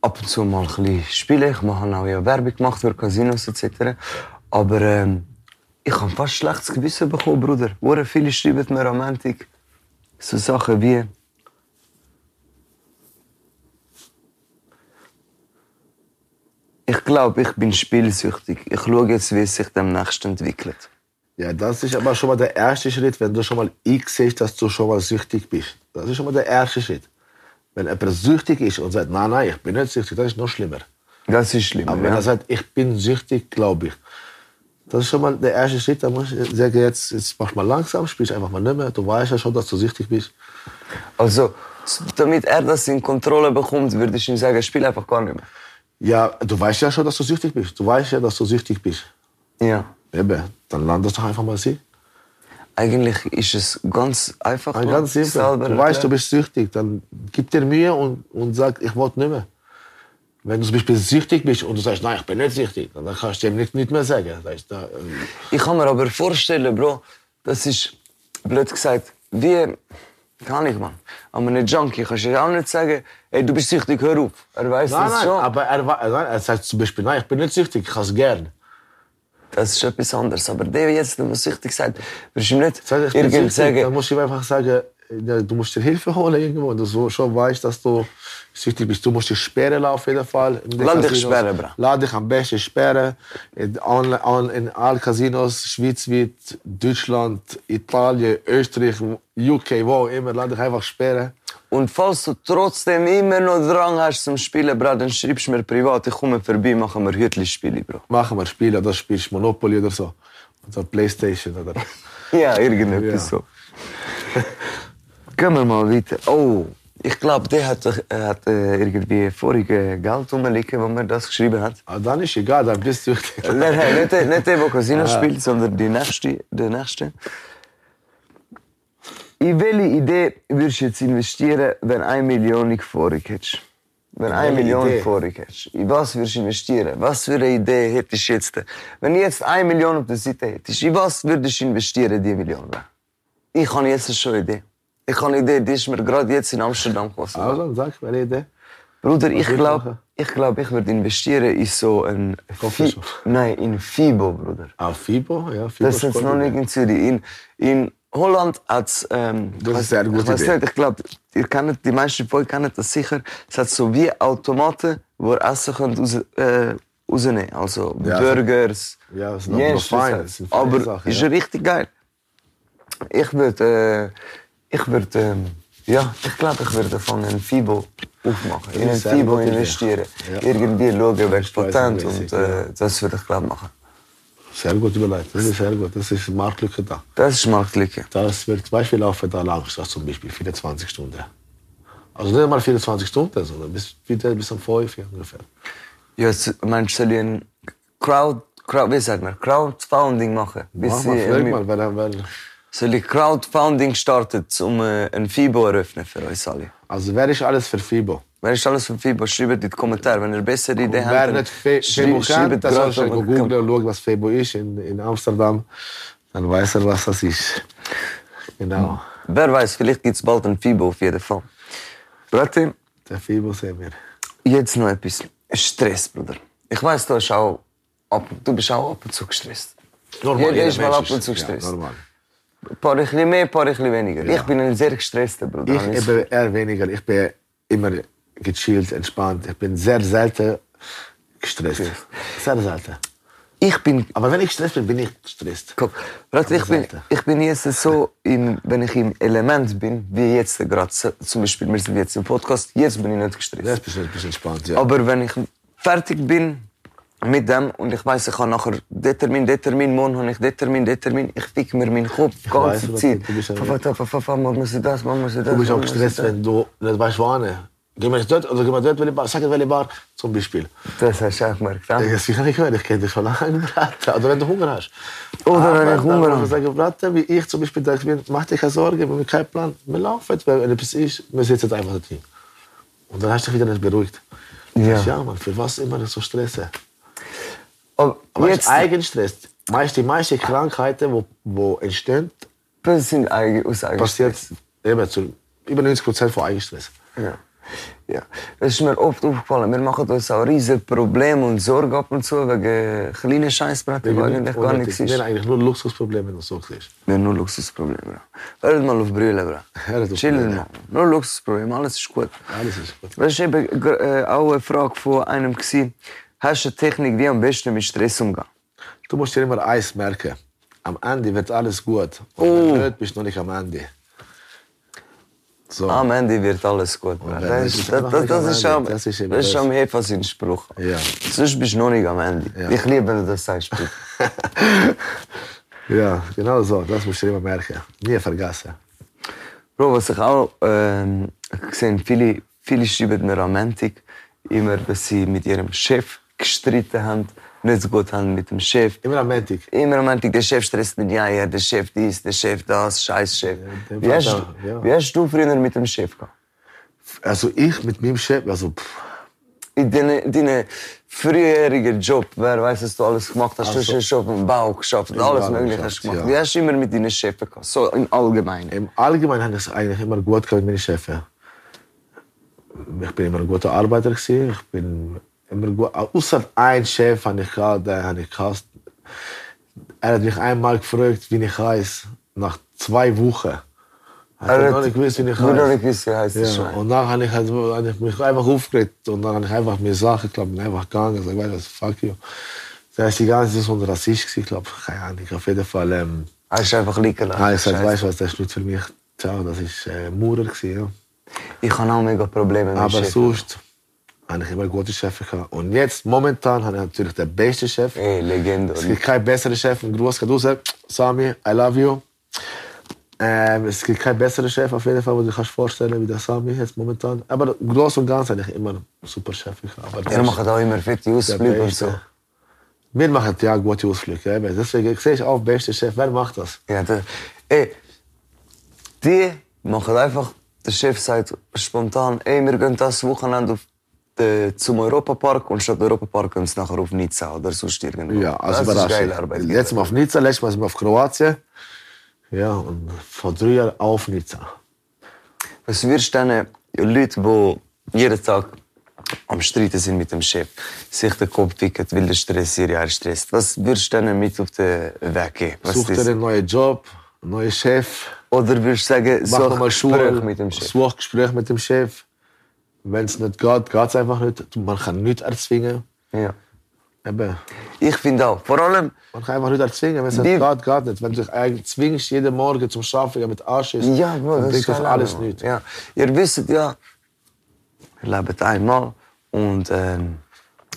ab und zu mal ein bisschen Spiele. Ich mache auch ja Werbung gemacht für Casinos etc. Aber ähm, ich habe fast schlechtes Gewissen bekommen, Bruder. Hure viele schreiben mir am Montag so Sachen wie... Ich glaube, ich bin spielsüchtig. Ich schaue jetzt, wie es sich demnächst entwickelt.
Ja, das ist aber schon mal der erste Schritt, wenn du schon mal einsiehst, dass du schon mal süchtig bist. Das ist schon mal der erste Schritt. Wenn jemand süchtig ist und sagt, nein, nein, ich bin nicht süchtig, das ist noch schlimmer.
Das ist schlimm,
Aber wenn
ja.
er sagt, ich bin süchtig, glaube ich. Das ist schon mal der erste Schritt. Da muss ich sagen, jetzt, jetzt mach mal langsam, spielst einfach mal nicht mehr. Du weißt ja schon, dass du süchtig bist.
Also, s- damit er das in Kontrolle bekommt, würde ich ihm sagen, spiel einfach gar nicht mehr.
Ja, du weißt ja schon, dass du süchtig bist. Du weißt ja, dass du süchtig bist.
Ja.
Eben, dann landest du einfach mal sie.
Eigentlich ist es ganz einfach.
Ein
nur
ganz simpel.
selber
Du weißt, du
erklären.
bist süchtig. Dann gib dir Mühe und, und sag, ich wollte nicht mehr. Wenn du zum Beispiel süchtig bist und du sagst, nein, ich bin nicht süchtig, dann kannst du dem nicht, nicht mehr sagen. Das ist, da, ähm,
Ich kann mir aber vorstellen, Bro, das ist, blöd gesagt, wie, kann ich, man. Aber einem Junkie kannst du ja auch nicht sagen, ey, du bist süchtig, hör auf. Er weiß
nein,
das
nein,
schon.
aber er, wa- nein, er sagt zum Beispiel, nein, ich bin nicht süchtig, ich kann es gern.
Das ist etwas anderes. Aber der jetzt, der, was süchtig sagt, wirst du ihm nicht
Sag ich bin
irgendwie
süchtig, dann
sagen,
musst du ihm einfach sagen, ja, du musst dir Hilfe holen irgendwo. Und du so- schon weißt, dass du süchtig bist. Du musst dich sperren lassen auf jeden Fall. In den
Lass dich
Casinos.
sperren, Bra.
Lass dich am besten sperren. In, online, on, in all Casinos, schweizweit, Deutschland, Italien, Österreich, UK, wo auch immer. Lass dich einfach sperren.
und falls du trotzdem immer noch Drang hast zum Spielen, Bro, dann schreibst du mir privat, ich komme vorbei, machen wir Hütli-Spiele, Bro.
Machen wir Spiele, oder spielst Monopoly oder so. Oder Playstation oder...
Ja, irgendetwas
Ja.
so. Gehen wir mal weiter. Oh, ich glaube, der hat, doch- er hat äh, irgendwie vorige Geld rumliegen, wo mir das geschrieben hat.
Aber dann ist egal, dann bist du süchtig.
Nein, nein, nicht, der- nicht der, der Casino
Ah.
spielt, sondern die nächste, der nächste. In welche Idee würdest du jetzt investieren, wenn eine Million vorig hättest? Wenn eine
welche
Million
Idee?
vorig hättest, in was würdest du investieren? Was für eine Idee hättest du jetzt? Wenn du jetzt eine Million auf der Seite hättest, in was würdest du investieren, die Million? Ich habe jetzt schon eine Idee. Ich habe eine Idee, die ist mir gerade jetzt in Amsterdam gekostet.
Also, dann sag, welche Idee?
Bruder, ich
würdest du
glaube,
machen?
ich, glaub, ich würde investieren in so ein...
Coffee
Fi-
Shop.
Nein, in FIBO, Bruder.
Ah, FIBO? Ja, FIBO
Das ist jetzt
Sport-
noch nicht in Zürich. In, in Holland hat es... Ähm,
Das
ich
ist eine sehr gute
ich weiß
Idee.
Nicht, ich glaube, ihr kennt, die meisten von euch kennen das sicher. Es hat so wie Automaten, wo ihr Essen könnt raus, äh, rausnehmen Also
Ja,
Burgers,
ja, es sind auch
Jenstes,
noch fein, es sind feine
Aber
Sachen,
ist
ja.
richtig geil. Ich würde... Äh, ich würde... Ähm, ja, ich glaube, ich würde von einem FIBO aufmachen. In
ist
ein
sehr
FIBO
gute Idee.
investieren.
Ja.
Irgendwie schauen, wer Patent und
mäßig,
äh, das würde ich glaube machen.
Sehr gut überlegt, das ist sehr gut. Das ist Marktlücke da.
Das ist Marktlücke.
Das wird zum Beispiel laufen da lang, das zum Beispiel 24 Stunden. Also nicht mal 24 Stunden, sondern bis, wieder bis um 5 Uhr ungefähr.
Ja, s- meinst du, soll ich ein Crowd, Crowd, wie sagt man, Crowdfunding machen?
Mach mal,
ich,
frag mal, weil, weil,
soll ich Crowdfunding starten, um äh, ein FIBO zu eröffnen für uns alle?
also wer ist alles für FIBO?
Wer ist alles für FIBO? Schreibt in die Kommentare, wenn ihr bessere Ideen habt.
Wer
dann
nicht Fe-
schrei-
FIBO kennt,
gerade
dann soll
oben in die
googeln und schauen, was FIBO ist in, in Amsterdam. Dann weiß er, was das ist. Genau,
Kom- Wer weiß, vielleicht gibt es bald ein FIBO auf jeden Fall. Brate,
der FIBO sehen wir.
jetzt noch etwas. Stress, Bruder. Ich weiß, du, hast auch ab, du bist auch ab und zu gestresst. Jeder ist mal
Mensch
ab und zu gestresst.
Ja, normal.
Ein paar ein bisschen mehr, ein paar ein bisschen weniger. Ich bin ein sehr gestresster Bruder.
Ich eben eher weniger. Ich bin immer gechillt, entspannt. Ich bin sehr selten gestresst. Sehr selten.
ich bin
Aber wenn ich gestresst bin, bin ich gestresst.
Guck, Rat, ich, bin,
Seite.
ich bin jetzt so, im, wenn ich im Element bin, wie jetzt gerade, so- zum Beispiel, wir sind jetzt im Podcast, jetzt bin ich nicht
Ja,
gestresst.
ich bin ein bisschen entspannt, ja.
Aber wenn ich fertig bin mit dem und ich weiß, ich habe nachher den Termin, den Termin, morgen habe ich den Termin, den Termin, ich fick mir meinen Kopf die ganze
weiß, Rat,
Zeit.
du bist ja-
Fa, fa, fa, fa, fa, morgen muss ich das, morgen muss ich das.
Du bist auch
morgen muss ich
gestresst,
das.
wenn du nicht weißt, wohin. Gehen wir jetzt dort oder gehen wir dort, welche Bar? Sag welche Bar, zum Beispiel.
Das hast du auch gemerkt, ja?
Das kann ich hören, ich kenne dich schon lange, Bratte. Oder wenn du Hunger hast. Ah,
Oder wenn ich Hunger
habe.
habe.
Ich sage, Bratte, wie ich zum Beispiel, da bin, mach dir keine Sorgen, wir haben keinen Plan. Wir laufen, wenn etwas ist, wir sitzen einfach da drin. Und dann hast du dich wieder nicht beruhigt.
Ja.
ja, Mann, für was immer so stressen?
Aber
Aber
jetzt,
jetzt Eigenstress. Meist, die meisten Krankheiten, die wo, wo entstehen,
das sind eigen, aus eigen
passiert eben zu über 90 Prozent von Eigenstress.
Ja. Ja. Es ist mir oft aufgefallen, wir machen uns auch riesen Probleme und Sorgen ab und zu wegen kleinen Scheißbrettern, die eigentlich gar nichts
Nein,
ist.
eigentlich nur Luxusprobleme, das so ist.
Wir haben nur Luxusprobleme, Bro. Hört mal auf Brille, Bro. No,
Hört auf
Chillen,
Brille.
Mann. Nur Luxusprobleme, alles ist gut.
Alles ist gut.
Das ist eben gr- äh, auch eine Frage von einem gewesen. Hast du eine Technik, die am besten mit Stress umgeht?
Du musst dir immer eins merken. Am Ende wird alles gut. Und
Oh.
wenn blöd bist du noch nicht am Ende. So.
Am Ende wird alles gut. Bro.
Und wenn
Das
es
ist-
ist,
das-
dann
das-
ist am
das ist
Ende.
am-
Das ist eben
das ist
das.
am Hefa sein Spruch.
Ja.
Sonst bist du noch nicht am Ende.
Ja.
Ich liebe, wenn du das sagst, Bro.
Ja, genau so. Das musst du dir immer merken. Nie vergessen.
Bro, was ich auch ähm, gesehen viele, viele schreiben mir Romantik, immer, dass sie mit ihrem Chef gestritten haben, nicht so gut haben mit dem Chef.
Immer am Ende.
Immer Romantik, der Chef stresst mich, ja, ja, der Chef dies, der Chef das, scheiß Chef.
der
Wie
war
hast,
da, ja.
wie hast du früher mit dem Chef gehabt?
Also ich mit meinem Chef, also pff,
In deinem deine früherigen Job, wer weiß, was du alles gemacht hast, du hast
Also-
ja schon auf dem Bau geschafft, alles
Bau
mögliche hast
geschafft,
du gemacht.
ja.
Wie hast du immer mit deinen Chefen gehabt, so im Allgemeinen?
im Allgemeinen habe ich es eigentlich immer gut gehabt mit meinen Chefen. Ich bin immer ein guter Arbeiter gewesen. Ich bin immer gut. Außer ein Chef habe ich gehabt, den habe ich gehasst. Er hat mich einmal gefragt, wie ich heiße, nach zwei Wochen. Hat er,
Er
noch
hat-
nicht gewusst, wie ich
Nur noch
heiße.
nicht gewusst, wie heißt das
Ja,
Schwein.
und dann habe ich, halt, habe ich mich einfach aufgeregt und dann habe ich einfach mir Sachen geklappt und einfach gegangen. Ich sage, weißt du was, fuck you. Das ist die ganze Zeit so ein Rassist gewesen, ich glaube. Keine Ahnung, auf jeden Fall. Ähm,
Hast du einfach liegen lassen.
Ah, ich sag,
Scheiße.
weißt du was, das ist nicht für mich. Ciao, das ist äh, Maurer. Gewesen, ja.
Ich habe auch mega Probleme mit
Aber
Chefs.
sonst habe ich immer gute Chefs gehabt. Und jetzt, momentan, habe ich natürlich den besten Chef.
Ey, Legende.
Es gibt keinen besseren Chef. Ein Gruß geht raus. Sami, I love you. Ähm, es gibt keinen besseren Chef, auf jeden Fall, den du dir kannst vorstellen wie der Sami jetzt momentan. Aber groß und ganz habe ich immer einen super Chef gehabt. Aber
Er
der-
macht auch immer fette
der
Ausflüge und
Beste.
so.
Wir machen ja gute Ausflüge. eben. Deswegen sehe ich auch, bester Chef, wer macht das?
Ja, der, ey, die machen einfach, der Chef sagt spontan, ey, wir gehen das Wochenende auf de, zum Europapark und statt Europapark gehen sie nachher auf Nizza oder sonst irgendwo.
Ja, also
das ist
überraschend.
geile Arbeit.
Letztes Mal auf Nizza, letztes Mal sind wir auf Kroatien. Ja, und vor drei Jahren auf Nizza.
Was würdest du diesen Leuten, die jeden Tag am Streiten sind mit dem Chef, sich den Kopf picken, weil der Stress ihr ja stresst, was würdest du denen mit auf den Weg geben? Was
Such dir
ist-
einen neuen Job, einen neuen Chef,
Oder würdest du sagen,
mach
so
nochmal Schule,
Gespräch mit dem Chef?
such Gespräch mit dem Chef. Wenn es nicht geht, geht es einfach nicht. Du- Man kann nichts erzwingen.
Ja.
Eben.
Ich finde auch. Vor allem,
Man kann einfach nicht erzwingen. Wenn es
Die-
nicht geht, geht nicht. Wenn du dich eigentlich zwingst, jeden Morgen zum Schaffen mit Arsch ist,
ja, Bro, das
dann bringt
ist
das
kein
alles
Leben,
nichts.
Ja. Ihr wisst ja, wir leben einmal und ähm,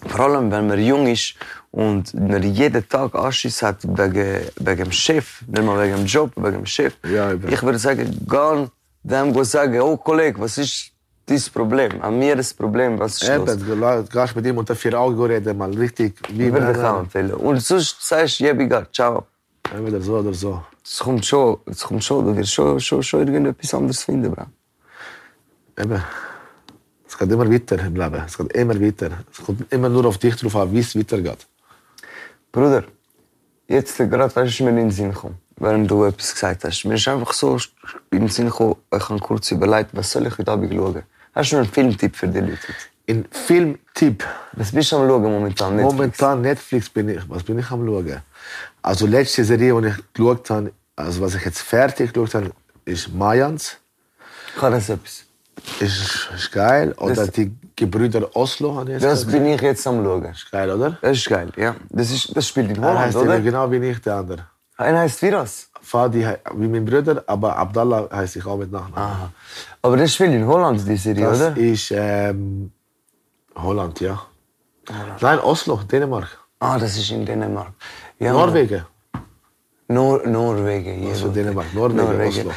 vor allem, wenn man jung ist und man jeden Tag Anschiss hat wegen, wegen dem Chef, nicht mal wegen dem Job, wegen dem Chef.
Ja, eben.
ich würde sagen, gehen dem go sagen, oh Kollege, was ist dein Problem? An mir das Problem, was ist los?
Eben, du la- gehst mit ihm unter vier Augen reden, mal richtig. Wie
Ich würde dich auch empfehlen. Und sonst sagst du, ja, egal, ciao.
Entweder so oder so.
Es kommt schon, es kommt schon, du wirst schon, schon, schon irgendetwas anderes finden, Bro.
Eben. Es geht immer weiter im Leben. Es geht immer weiter. Es kommt immer nur auf dich drauf an, wie es weitergeht.
Bruder, jetzt gerade weißt du, mir in den Sinn gekommen, während du etwas gesagt hast. Mir ist einfach so in den Sinn gekommen, ich habe kurz überlegt, was soll ich heute Abend schauen. Hast du noch einen Filmtipp für die Leute?
In Filmtipp.
Was bist du am schauen momentan? Netflix?
Momentan Netflix bin ich. Was bin ich am schauen? Also letzte Serie, die ich geschaut habe, also was ich jetzt fertig geschaut habe, ist Mayans.
Kann das etwas?
Ist, ist geil. Oder
Das-
die Gebrüder Oslo habe ich jetzt
Das
gesehen.
bin ich jetzt am schauen.
Ist geil, oder?
Das ist geil, ja. Das, ist, das spielt in
Er
Holland,
heißt eben
oder?
genau wie ich, der andere.
Einer heißt Viras.
Fadi he- wie mein Bruder, aber Abdallah heißt ich auch mit Nachnamen.
Aha. Aber das spielt in Holland, die Serie,
Das
oder?
ist ähm, Holland, ja. Nein, Oslo, Dänemark.
Ah, das ist in Dänemark. Ja, Mann.
Norwegen.
Nor Norwegen.
Also
jawohl.
Dänemark, Norwegen, Oslo.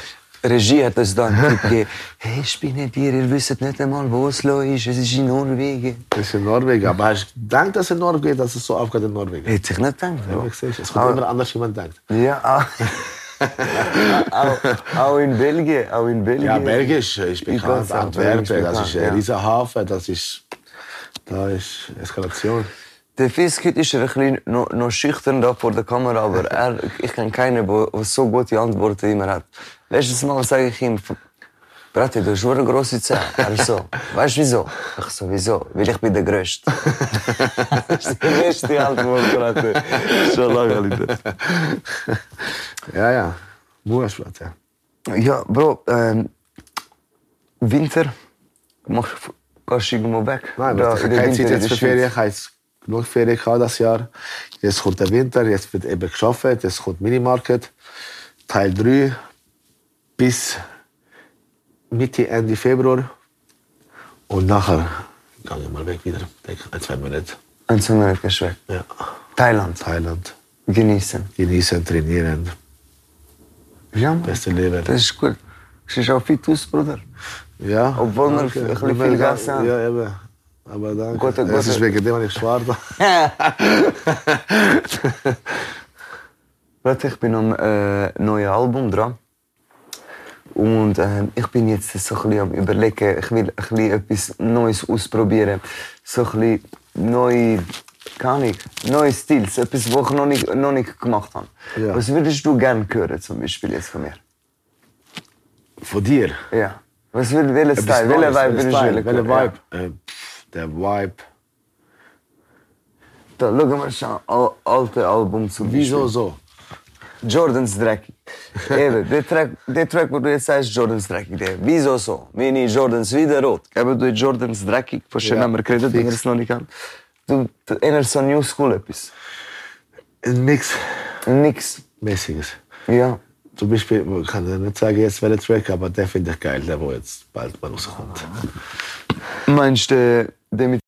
Regie hat uns da einen Tipp gegeben. Hey, spinnet ihr, ihr wisst nicht einmal, wo Oslo ist. Es ist in Norwegen.
Das ist in Norwegen. Aber hast du gedacht, dass in Norwegen, dass es so aufgeht in Norwegen?
Hätte ich nicht gedacht.
Ja.
Bro.
Ich sehe es. Es kommt
Aber-
immer anders, wie man denkt.
Ja, auch, auch, auch in Belgien. Auch in Belgien.
Ja, Belgien ist, ist
Ich kann's
bekannt.
auch,
Antwerpen,
Belgien ist
das ist
bekannt,
ein
ja.
riesen Hafen. Das ist, da ist Eskalation.
Der Fiskit ist er ein bisschen noch, noch schüchtern da vor der Kamera, aber er, ich kenne keinen, der so gute Antworten immer hat. Letztes Mal sage ich ihm, Brate, du jure große Zahl. Also, weißt du wieso? Ach so, wieso? Weil ich bin der Größte. das ist die beste Antwort, Brate. Schon lange, Alter.
Ja, ja. Mua është vratë, ja.
Ja, Bro, ähm, Winter, mach, kannst du irgendwo weg?
Nein,
Da,
das
in
kann
der
keine
Winter
Zeit
in
jetzt
der Schweiz.
für Ferien, ich habe jetzt genug Ferien gehabt das Jahr. Jetzt kommt der Winter, jetzt wird eben geschafft, jetzt kommt Minimarket, Teil 3 bis Mitte, Ende Februar. Und nachher gehe ich mal weg wieder, denke ein, zwei Monate.
Ein Sommer gehst du weg.
Ja.
Thailand,
Thailand,
genießen.
genießen, trainieren,
Ja, Mann.
beste Leben.
Das ist cool. Siehst auch fit aus, Bruder.
Ja.
Obwohl wir
danke.
ein bisschen viel Gas haben.
Ja, eben. Aber danke.
Gute,
Es ist
gute.
wegen dem, was ich schwarz
Warte, ich bin am äh, neuen Album dran. Und ähm, ich bin jetzt so ein bisschen am überlegen, ich will ein bisschen etwas Neues ausprobieren. So ein bisschen neue, keine Ahnung, neue Stils, etwas, was ich noch nicht, noch nicht gemacht habe.
Ja.
Was würdest du gerne hören, zum Beispiel jetzt von mir?
Von dir.
Ja. Was will, welches
Etwas
Style, welchen
Neues,
Vibe
ein
würdest du
Style,
wollen
welcher
hören? Ja.
Vibe? Äh, pff, der Vibe.
Da, schau mal schon, al, alte Album zum Beispiel.
Wieso so?
Jordans Dreckig. Eben, der Track, der Track, wo du jetzt sagst, Jordans Dreckig, der, wieso so? Meine Jordans wieder rot. Eben, du Jordans Dreckig, von schön
Ja,
haben wir geredet, wenn ihr es noch nicht kennt. Du, du erinnerst an New School etwas.
Ein Mix
Nix.
mäßiges.
Ja.
Zum Beispiel, man kann ja nicht sagen jetzt welcher Track, aber der finde ich geil, der wo jetzt bald mal rauskommt.
Meinst du, der, der mit...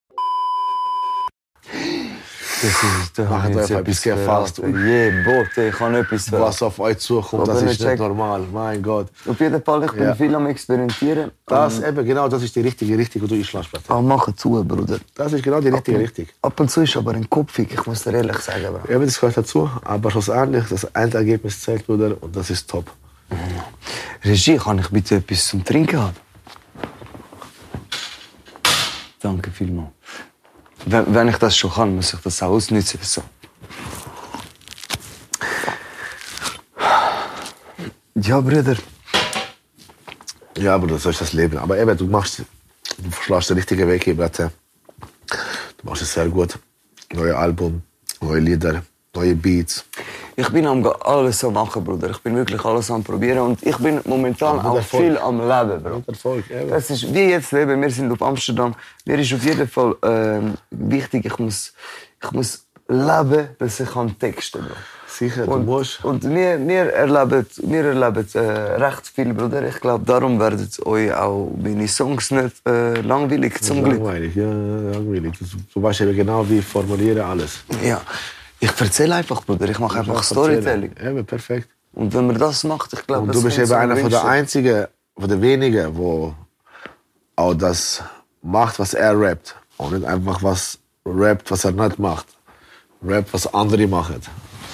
Das ist, da
Macht
hab ich jetzt
euch ein bisschen
verraten.
gefasst und-
e Je, e Bote, ich kann etwas verraten.
Was auf euch zukommt,
Aber
das
wenn
ist
ich
nicht
check-
normal, mein Gott.
Auf jeden Fall, ich bin
Ja.
viel am Experimentieren.
Das eben, genau, das ist die richtige Richtung, wo du einschlägst. Bruder.
Ah, mach zu, Bruder.
Das ist genau die richtige Richtung.
Ab und zu ist aber ein Kopfig, ich muss dir ehrlich sagen, Bro.
Eben, das gehört dazu, aber schlussendlich, das Endergebnis zählt, Bruder, und das ist top.
Regie, kann ich bitte etwas zum Trinken haben? Danke vielmals. Wenn, wenn ich das schon kann, muss ich das auch ausnutzen. So. Ja, Brüder.
Ja, aber das ist das Leben. Aber eben, du machst, du schlagst den richtigen Weg hier, Bratte. Du machst es sehr gut. Neue Album, neue Lieder, neue Beats.
Ich bin am Ge- alles am machen, Bruder. Ich bin wirklich alles am probieren und ich bin momentan
Mit
auch
Erfolg.
viel am Leben, Bro.
Mit Erfolg, eben.
Das ist wie jetzt leben. Wir sind auf Amsterdam. Mir ist auf jeden Fall ähm, wichtig. Ich muss, ich muss leben, dass ich kann texten, Bro.
Sicher,
Und,
du musst.
und wir, wir erleben, wir erleben äh, recht viel, Bruder. Ich glaube, darum werden euch auch meine Songs nicht äh, langweilig, zum Glück.
Langweilig, ja, ja, langweilig. Du, du weißt eben genau, wie ich formuliere alles.
Ja. Ich erzähle einfach, Bruder. Ich mache einfach Storytelling.
Eben, perfekt.
Und wenn man das macht, ich glaube,
Und
das
du bist
kommt
eben
so am
einer von der
geringsten.
einzigen, von der wenigen, wo auch das macht, was er rappt. Und nicht einfach was rappt, was er nicht macht. Rap, was andere machen.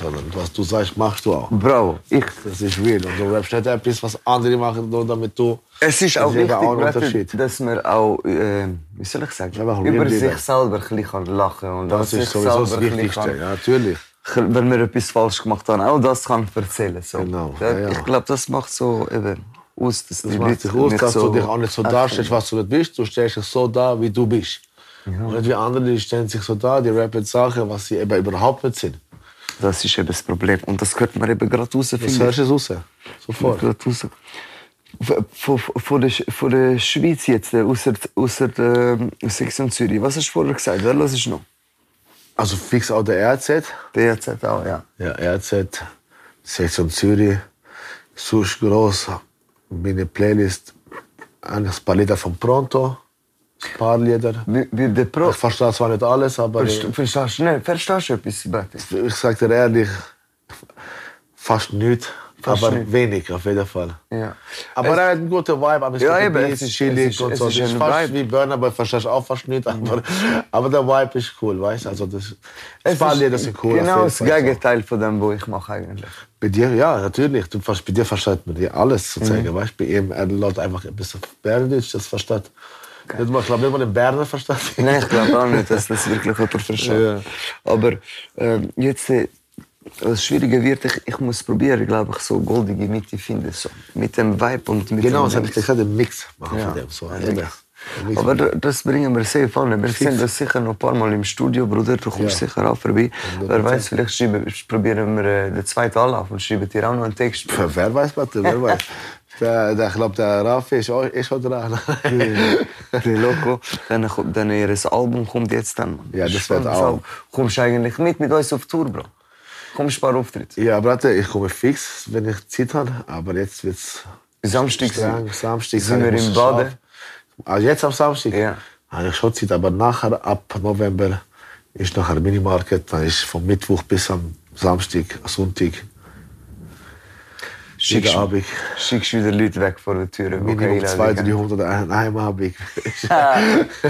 Sondern was du sagst, machst du auch.
Bravo. Ich,
Das ist real. Und du rappst nicht etwas, was andere machen, nur damit du.
es ist
Das
auch
eben
wichtig,
auch ein
Bruder,
Unterschied.
dass man auch, äh, wie soll ich sagen,
Einfach
über
real
sich
bleiben.
selber ein bisschen kann lachen und
Das
dass
ist
ich
sowieso das
selber ein bisschen
Wichtigste.
kann-
Ja, natürlich.
wenn wir etwas falsch gemacht haben, auch das kann ich erzählen. So.
Genau,
Da-
ja, ja.
Ich glaube, das macht so eben aus, dass
Das macht dich aus, dass du dich auch nicht so darstellst, was du nicht bist. Du stellst dich so dar, wie du bist. Und nicht wie andere, die stellen sich so dar, die rappen Sachen, was sie eben überhaupt nicht sind.
Das ist eben das Problem. Und das hört man eben gerade raus,
Das
finde
hörst
ich.
du raus. Sofort.
Gerade raus. V- Von, von, der, Sch- von der Schweiz jetzt, äh, außer, außer ähm, Sektion Zürich. Was hast du vorher gesagt? Wer hörst du noch?
Also fix auch der RZ.
DRZ auch, ah, ja.
Ja, RZ, Sektion Zürich, Sush Gross, meine Playlist, ein paar Lieder von Pronto, ein paar Lieder.
Wie, wie der Pro.
Ich verstehe zwar nicht alles, aber ich,
Verst- Verstehst du nicht? Verstehst du etwas, Sebastian?
ich sag dir ehrlich, fast nichts,
Fast
aber
nichts.
wenig auf jeden Fall.
Ja.
Aber er hat einen guten Vibe, aber es
Ja,
gibt
eben,
ein
es ist-
chillig
es ist-
und
es
so.
ist
Das ist
ein
fast
Vibe. Mhm.
wie Burner, aber verstehst auch fast nicht. Aber, aber der Vibe ist cool, weißt du? Also das, das paar Lieder sind cool. auf
Genau
jeden
das
Fall, so.
Gegenteil von dem, was ich mache eigentlich.
Bei dir, ja, natürlich. Du, vers- bei dir versteht man dir alles
Mhm.
sozusagen. Weißt du, bei ihm, er lädt einfach ein bisschen Berndeutsch, das versteht. Nicht mal, ich glaube nicht mal in Berner halt. versteht.
Nein, ich glaube auch nicht, dass das wirklich jemand versteht.
Ja.
Aber ähm, jetzt, äh, Das Schwierige wird, ich, ich muss probieren, glaube ich, so goldige Mitte finden. So. Mit dem Vibe und mit
Genau, das
dem
habe ich
Dings.
gesagt, den Mix machen
Ja.
von dem. So,
Ja.
also der. Mix.
Aber das bringen wir sehr vorne. Wir sehen das sicher noch ein paar Mal im Studio, Bruder, du kommst
Ja.
sicher auch vorbei. Wer
Prozent.
weiß, vielleicht schreiben, probieren wir äh, den zweiten Anlauf und schreiben dir auch noch einen Text.
Pff, Wer weiß, was, wer weiß. Der, der, ich glaube, der Rafi ist, auch, ist heute dran.
Der Loco, dann, kommt- dann ihr Album kommt jetzt dann. Mann.
Ja, das wird
Spannendes
auch.
Album. Kommst du eigentlich mit mit uns auf Tour, Bro? Kommst du ein paar Auftritte?
ja, Bratte, ich komme fix, wenn ich Zeit habe, aber jetzt wird es
Samstag
Samstag, Samstag
sind wir
ich muss
im Baden.
schlafen. Also jetzt am Samstag?
Ja.
Habe ich schon Zeit, aber nachher, ab November, ist nachher Minimarket, dann ist vom Mittwoch bis am Samstag, Sonntag,
Schickst,
jeden Abend.
schickst wieder Leute weg vor der Tür.
Minimum zwei, 300 an einem Abend.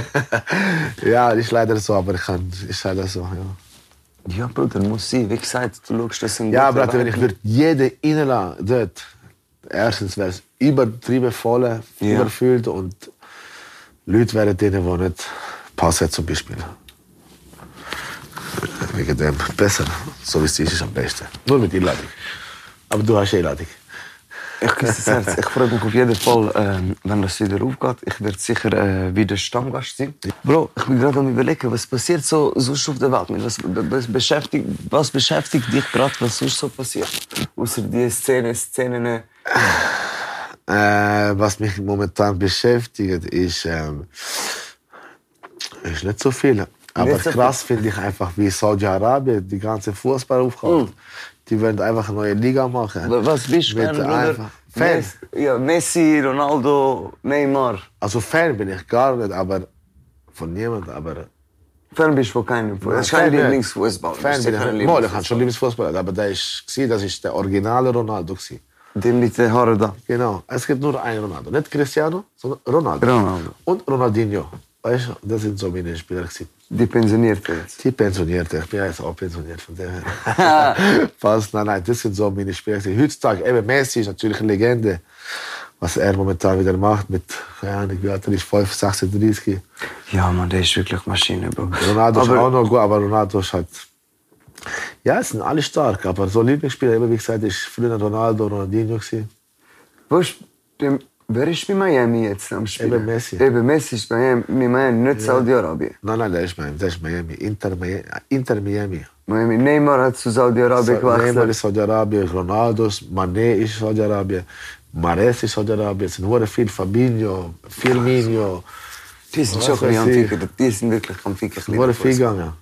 ja, ist leider so, aber ich kann, ist leider so, ja.
Ja, Bruder, muss sein. Wie gesagt, du schaust, das sind
Ja,
gute
Bratte, wenn ich
Leute.
würde jeden reinlassen dort, erstens wäre es übertrieben voll,
Ja.
überfüllt und Leute wären denen, die nicht passen zum Beispiel. Wegen dem besser, so wie es ist, ist am besten. Nur mit Einladung. Aber du hast Einladung.
Ich küsse das Herz. Ich freue mich auf jeden Fall, ähm, wenn das wieder aufgeht. Ich werde sicher äh, wieder Stammgast sein. Bro, ich bin gerade am überlegen, was passiert so sonst auf der Welt? Mit Was, was, beschäftigt, was beschäftigt dich gerade, was sonst so passiert? Außer die Szene, Szenen... äh,
Äh, was mich momentan beschäftigt, ist, ähm, ist nicht so viel. Aber
Nicht so
krass finde ich einfach, wie Saudi-Arabien die ganze Fußball aufkommt. Die werden einfach eine neue Liga machen.
Mm. Was bist du,
Mit
Fan, Bruder?
einfach- Fan.
Mes- Ja, Messi, Ronaldo, Neymar.
Also Fan bin ich gar nicht, aber von niemand, aber...
Fan bist du von keinem. Das ist
Fan
kein
bin-
Lieblingsfußball.
Fan bin ich. Mal, ich habe schon Lieblingsfußball, aber da ist, das ist der originale Ronaldo. gsi.
Den mit den Haaren da.
Genau, es gibt nur einen Ronaldo. Nicht Cristiano, sondern Ronaldo.
Ronaldo.
Und Ronaldinho. Weißt du, das sind so meine Spieler. gsi.
Die pensionierte jetzt.
Die pensionierte, ich bin ja jetzt auch pensioniert von dem her. Fast, nein, nein, das sind so meine Spieler. gewesen. Heutzutage, eben Messi ist natürlich eine Legende, was er momentan wieder macht mit, keine Ahnung, wie alt er ist, 5, 36.
Ja, Mann, der ist wirklich Maschine, Bro.
Ronaldo ist
Aber-
auch noch gut, aber Ronaldo ist halt... Ja, es sind alle stark, aber so Lieblingsspieler, eben wie gesagt, ist früher Ronaldo, Ronaldinho gewesen.
Wo ist, dem, wer ist bei Miami jetzt am Spiel?
Eben Messi.
Eben Messi ist bei Miami, bei Miami nicht Saudi-Arabien.
Nein, nein, der ist Miami, der ist Miami, Inter Miami. Inter Miami.
Miami. Neymar hat zu Saudi-Arabien
Neymar
gewechselt.
ist Saudi-Arabien, Ronaldo, ist- Mané ist Saudi-Arabien, Mares ist Saudi-Arabien, es sind hure viel Fabinho, Firmino,
Die sind
Was
schon ein bisschen
weiß
am
ich.
Ficken. Die sind wirklich am Ficken. ein
hure
bisschen
viel gegangen.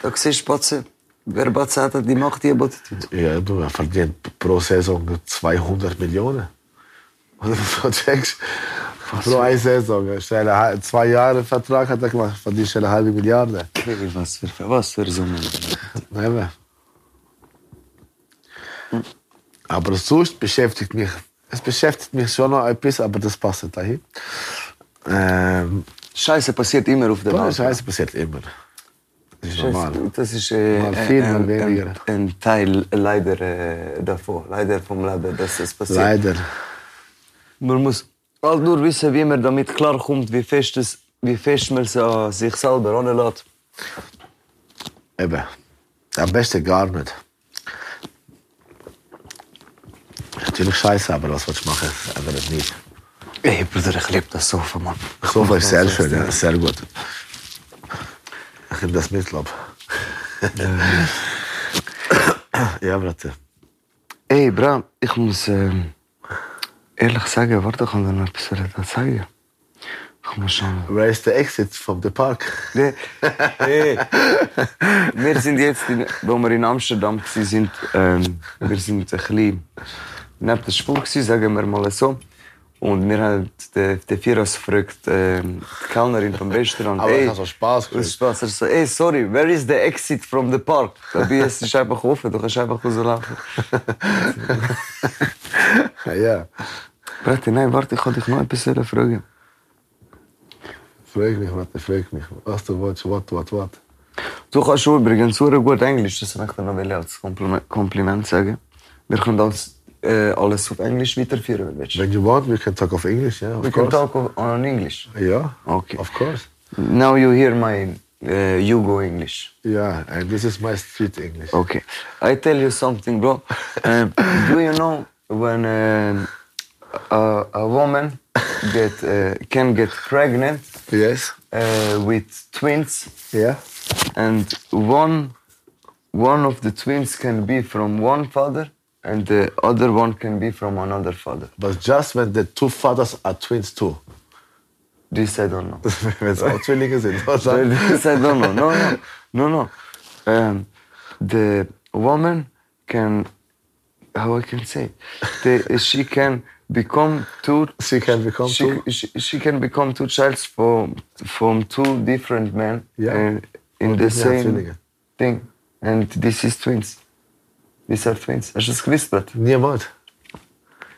Da siehst du, Batze, wer Batze hat, hat die Macht, die Bote tut.
Ja, du er verdient pro Saison 200 Millionen. Oder so checkst Pro eine Saison. ja. Schnell ein hal- Zwei Jahre Vertrag hat er gemacht, verdient schnell eine halbe Milliarde.
Was für, was für Summe.
Never. Aber sonst beschäftigt mich. Es beschäftigt mich schon noch etwas, aber das passt dahin. Ähm,
Scheiße passiert immer auf der
Klar,
Welt.
Scheiße passiert immer. Das ist normal.
Das ist äh,
Mal viel, mal
ein,
weniger.
ein, ein Teil leider äh, davon, leider vom Leben, dass es passiert.
Leider.
Man muss halt nur wissen, wie man damit klarkommt, wie fest, es, wie fest man es an sich selber anlässt.
Eben. Am besten gar nicht. Natürlich scheiße, aber was willst du machen? Aber das nicht.
Ey, Bruder, ich liebe das Sofa, Mann.
So war es sehr schön, ja. sehr gut. Ich nehme das mit, glaub. ja, eh, Bratte.
Ey, Bra, ich muss ähm, ehrlich sagen, warte, ich kann dir noch etwas dazu sagen. Ich muss schauen.
Where is the exit from the park?
Nee. Hey. Wir sind jetzt, in, wo wir in Amsterdam waren, ähm, wir sind ein bisschen neben der Spur, gewesen, sagen wir mal so. Und mir hat der, der Firas gefragt, ähm, die Kellnerin vom Restaurant,
Aber
ey,
ich hab so Spaß
aus
gekriegt.
Spaß, er so, ey, sorry, where is the exit from the park? Dabei, es ist einfach offen, du kannst einfach rauslaufen.
ja,
Bratte, nein, warte, ich wollte dich noch etwas fragen.
frag mich, Bratte, frag mich. Was du willst, what, what, what.
Du kannst übrigens sehr gut Englisch, das möchte ich noch wollen als Kompliment, Kompliment sagen. Wir können alles, äh, alles auf Englisch weiterführen, wenn du willst.
When you want, we can talk of English, yeah, of
We can
course.
talk on, on English.
Yeah,
Okay.
of course.
Now you hear my Uh, you go English.
Yeah, and this is my street English.
Okay. I tell you something, bro. Um, do you know when um, a, a woman get uh, can get pregnant
Yes.
uh, with twins,
Yeah.
and one one of the twins can be from one father, and the other one can be from another father?
But just when the two fathers are twins too.
This I don't know.
Wenn es auch Zwillinge sind,
Well,
oder?
this I don't know. No, no, no, no. Um, the woman can, how I can say, the, she can become two.
She can become
she,
two?
She, she can become two childs from from two different men.
Yeah.
and in
Or
the
different
same
Zwillinge.
thing, and this is twins. These are twins. I just missed that.
Niemand.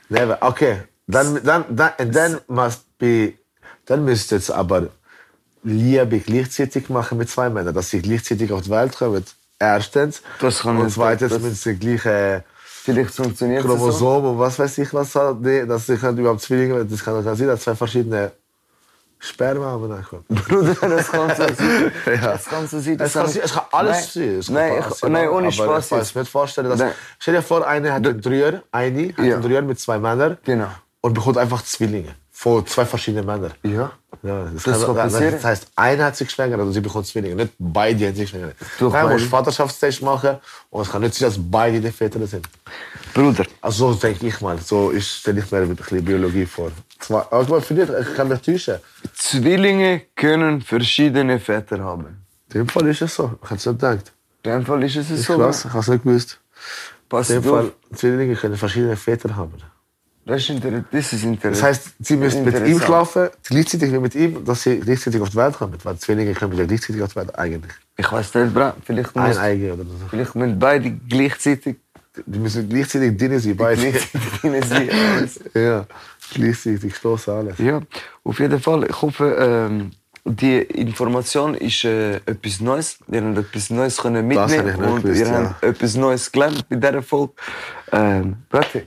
Never. Okay. Dann, dann, dann, and then must be, dann müsst ihr jetzt aber Liebe gleichzeitig machen mit zwei Männern, dass sie gleichzeitig auf die Welt kommen. Erstens.
Das kann
und
ich-
zweitens
das-
mit den gleichen
Vielleicht funktioniert es so.
Chromosomen und was weiß ich was, halt, nee, dass sie können überhaupt Zwillinge werden. Das kann doch nicht sein, dass zwei verschiedene Sperma haben. nachkommen.
Bruder, das kann so sein. Das kann so sein.
Es
das
kann,
hab ich-
es kann alles
Nein,
sein. Es kann
nein,
alles
ich,
sein,
nein, ohne
aber
Spaß
Ich kann es
jetzt.
mir nicht vorstellen, dass.
Nein.
Stell dir vor, eine hat einen Dreier, eine hat
Ja.
einen Dreier mit zwei Männern
Genau.
und bekommt einfach Zwillinge von zwei verschiedenen Männern.
Ja.
Ja, das,
Das
kann,
kann
das,
passieren.
das heißt, eine hat sich geschwängert und sie bekommt Zwillinge. Nicht beide haben sich geschwängert.
Doch,
Nein, man
weil-
muss Vaterschaftstest machen und es kann nicht sein, dass beide die Väter sind.
Bruder.
Also so denke ich mal. So ist- stelle ich mir ein bisschen Biologie vor. Zwei, aber guck mal, vielleicht, ich kann mich täuschen.
Zwillinge können verschiedene Väter haben.
In dem Fall ist es so. Ich hätte es nicht gedacht.
In dem Fall ist es
Ist
so.
krass, ich habe es nicht gewusst.
Pass
In dem
auf.
Fall, Zwillinge können verschiedene Väter haben.
Das ist, inter das ist
Das
interessant.
heißt, sie müssen mit ihm
Interessant.
schlafen, gleichzeitig wie mit ihm, dass sie gleichzeitig auf die Welt kommen. Weil Zwillinge kommen ja gleichzeitig auf die Welt, eigentlich.
ich weiß nicht, bra, vielleicht,
Ein
muss,
Eigen oder so.
vielleicht müssen beide gleichzeitig
Die müssen gleichzeitig drin sein, beide.
gleichzeitig in sie alles.
ja, gleichzeitig stoßen alles.
Ja, auf jeden Fall. Ich hoffe, ähm, die Information ist äh, etwas Neues. Ihr habt etwas Neues können
Das
mitnehmen
habe ich nicht
und
gewusst,
ihr
ja.
habt etwas Neues gelernt bei dieser Folge. Ähm, Brate,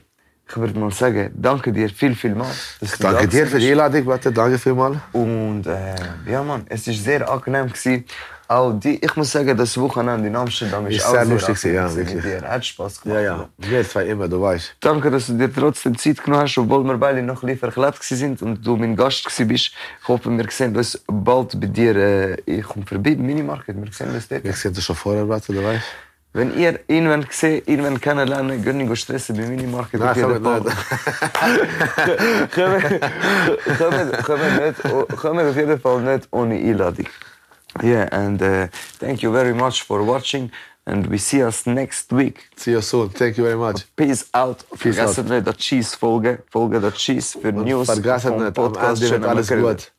ich würde mal sagen, danke dir viel, viel mal. dass du
Danke
da
dir für die
warst.
Einladung, Wette. Danke vielmals.
Und äh, ja, Mann, es war sehr angenehm. Gewesen. Auch die, ich muss sagen, das Wochenende in Amsterdam ist
Ist
auch
sehr
sehr
lustig gewesen, ja,
gewesen mit
wirklich.
dir. Hat Spaß gemacht.
Ja, ja. Wir zwei immer, du weißt.
Danke, dass du dir trotzdem Zeit genommen hast, obwohl wir beide noch ein bisschen verklebt sind und du mein Gast gewesen bist. Ich hoffe, wir sehen uns bald bei dir. Äh, ich komme vorbei, im Minimarket. Wir sehen uns dort.
Wir sehen uns schon vorher, Wette, du weißt.
Wenn ihr irgendwann gesehen, irgendwann kennenlernen, gehen wir stressen beim Minimarket.
Nein,
auf jeden
kommen
Fall. Kommen- kommen nicht- Kommen auf jeden Fall nicht ohne Einladung. Yeah, and uh, thank you very much for watching and we see us next week.
See you soon. Thank you very much.
Peace out.
Peace
Vergessen nicht der Cheese Folge, Folge der Cheese für News.
Vergessen
vom
nicht, am Ende wird
Schöne
alles
Makrele.
gut.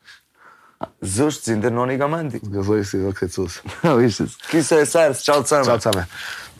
Sonst sind wir noch nicht am Ende.
Ja, so ist es, so sieht es aus.
So ist es. Küsse euch selbst. Ciao zusammen.
Ciao zusammen.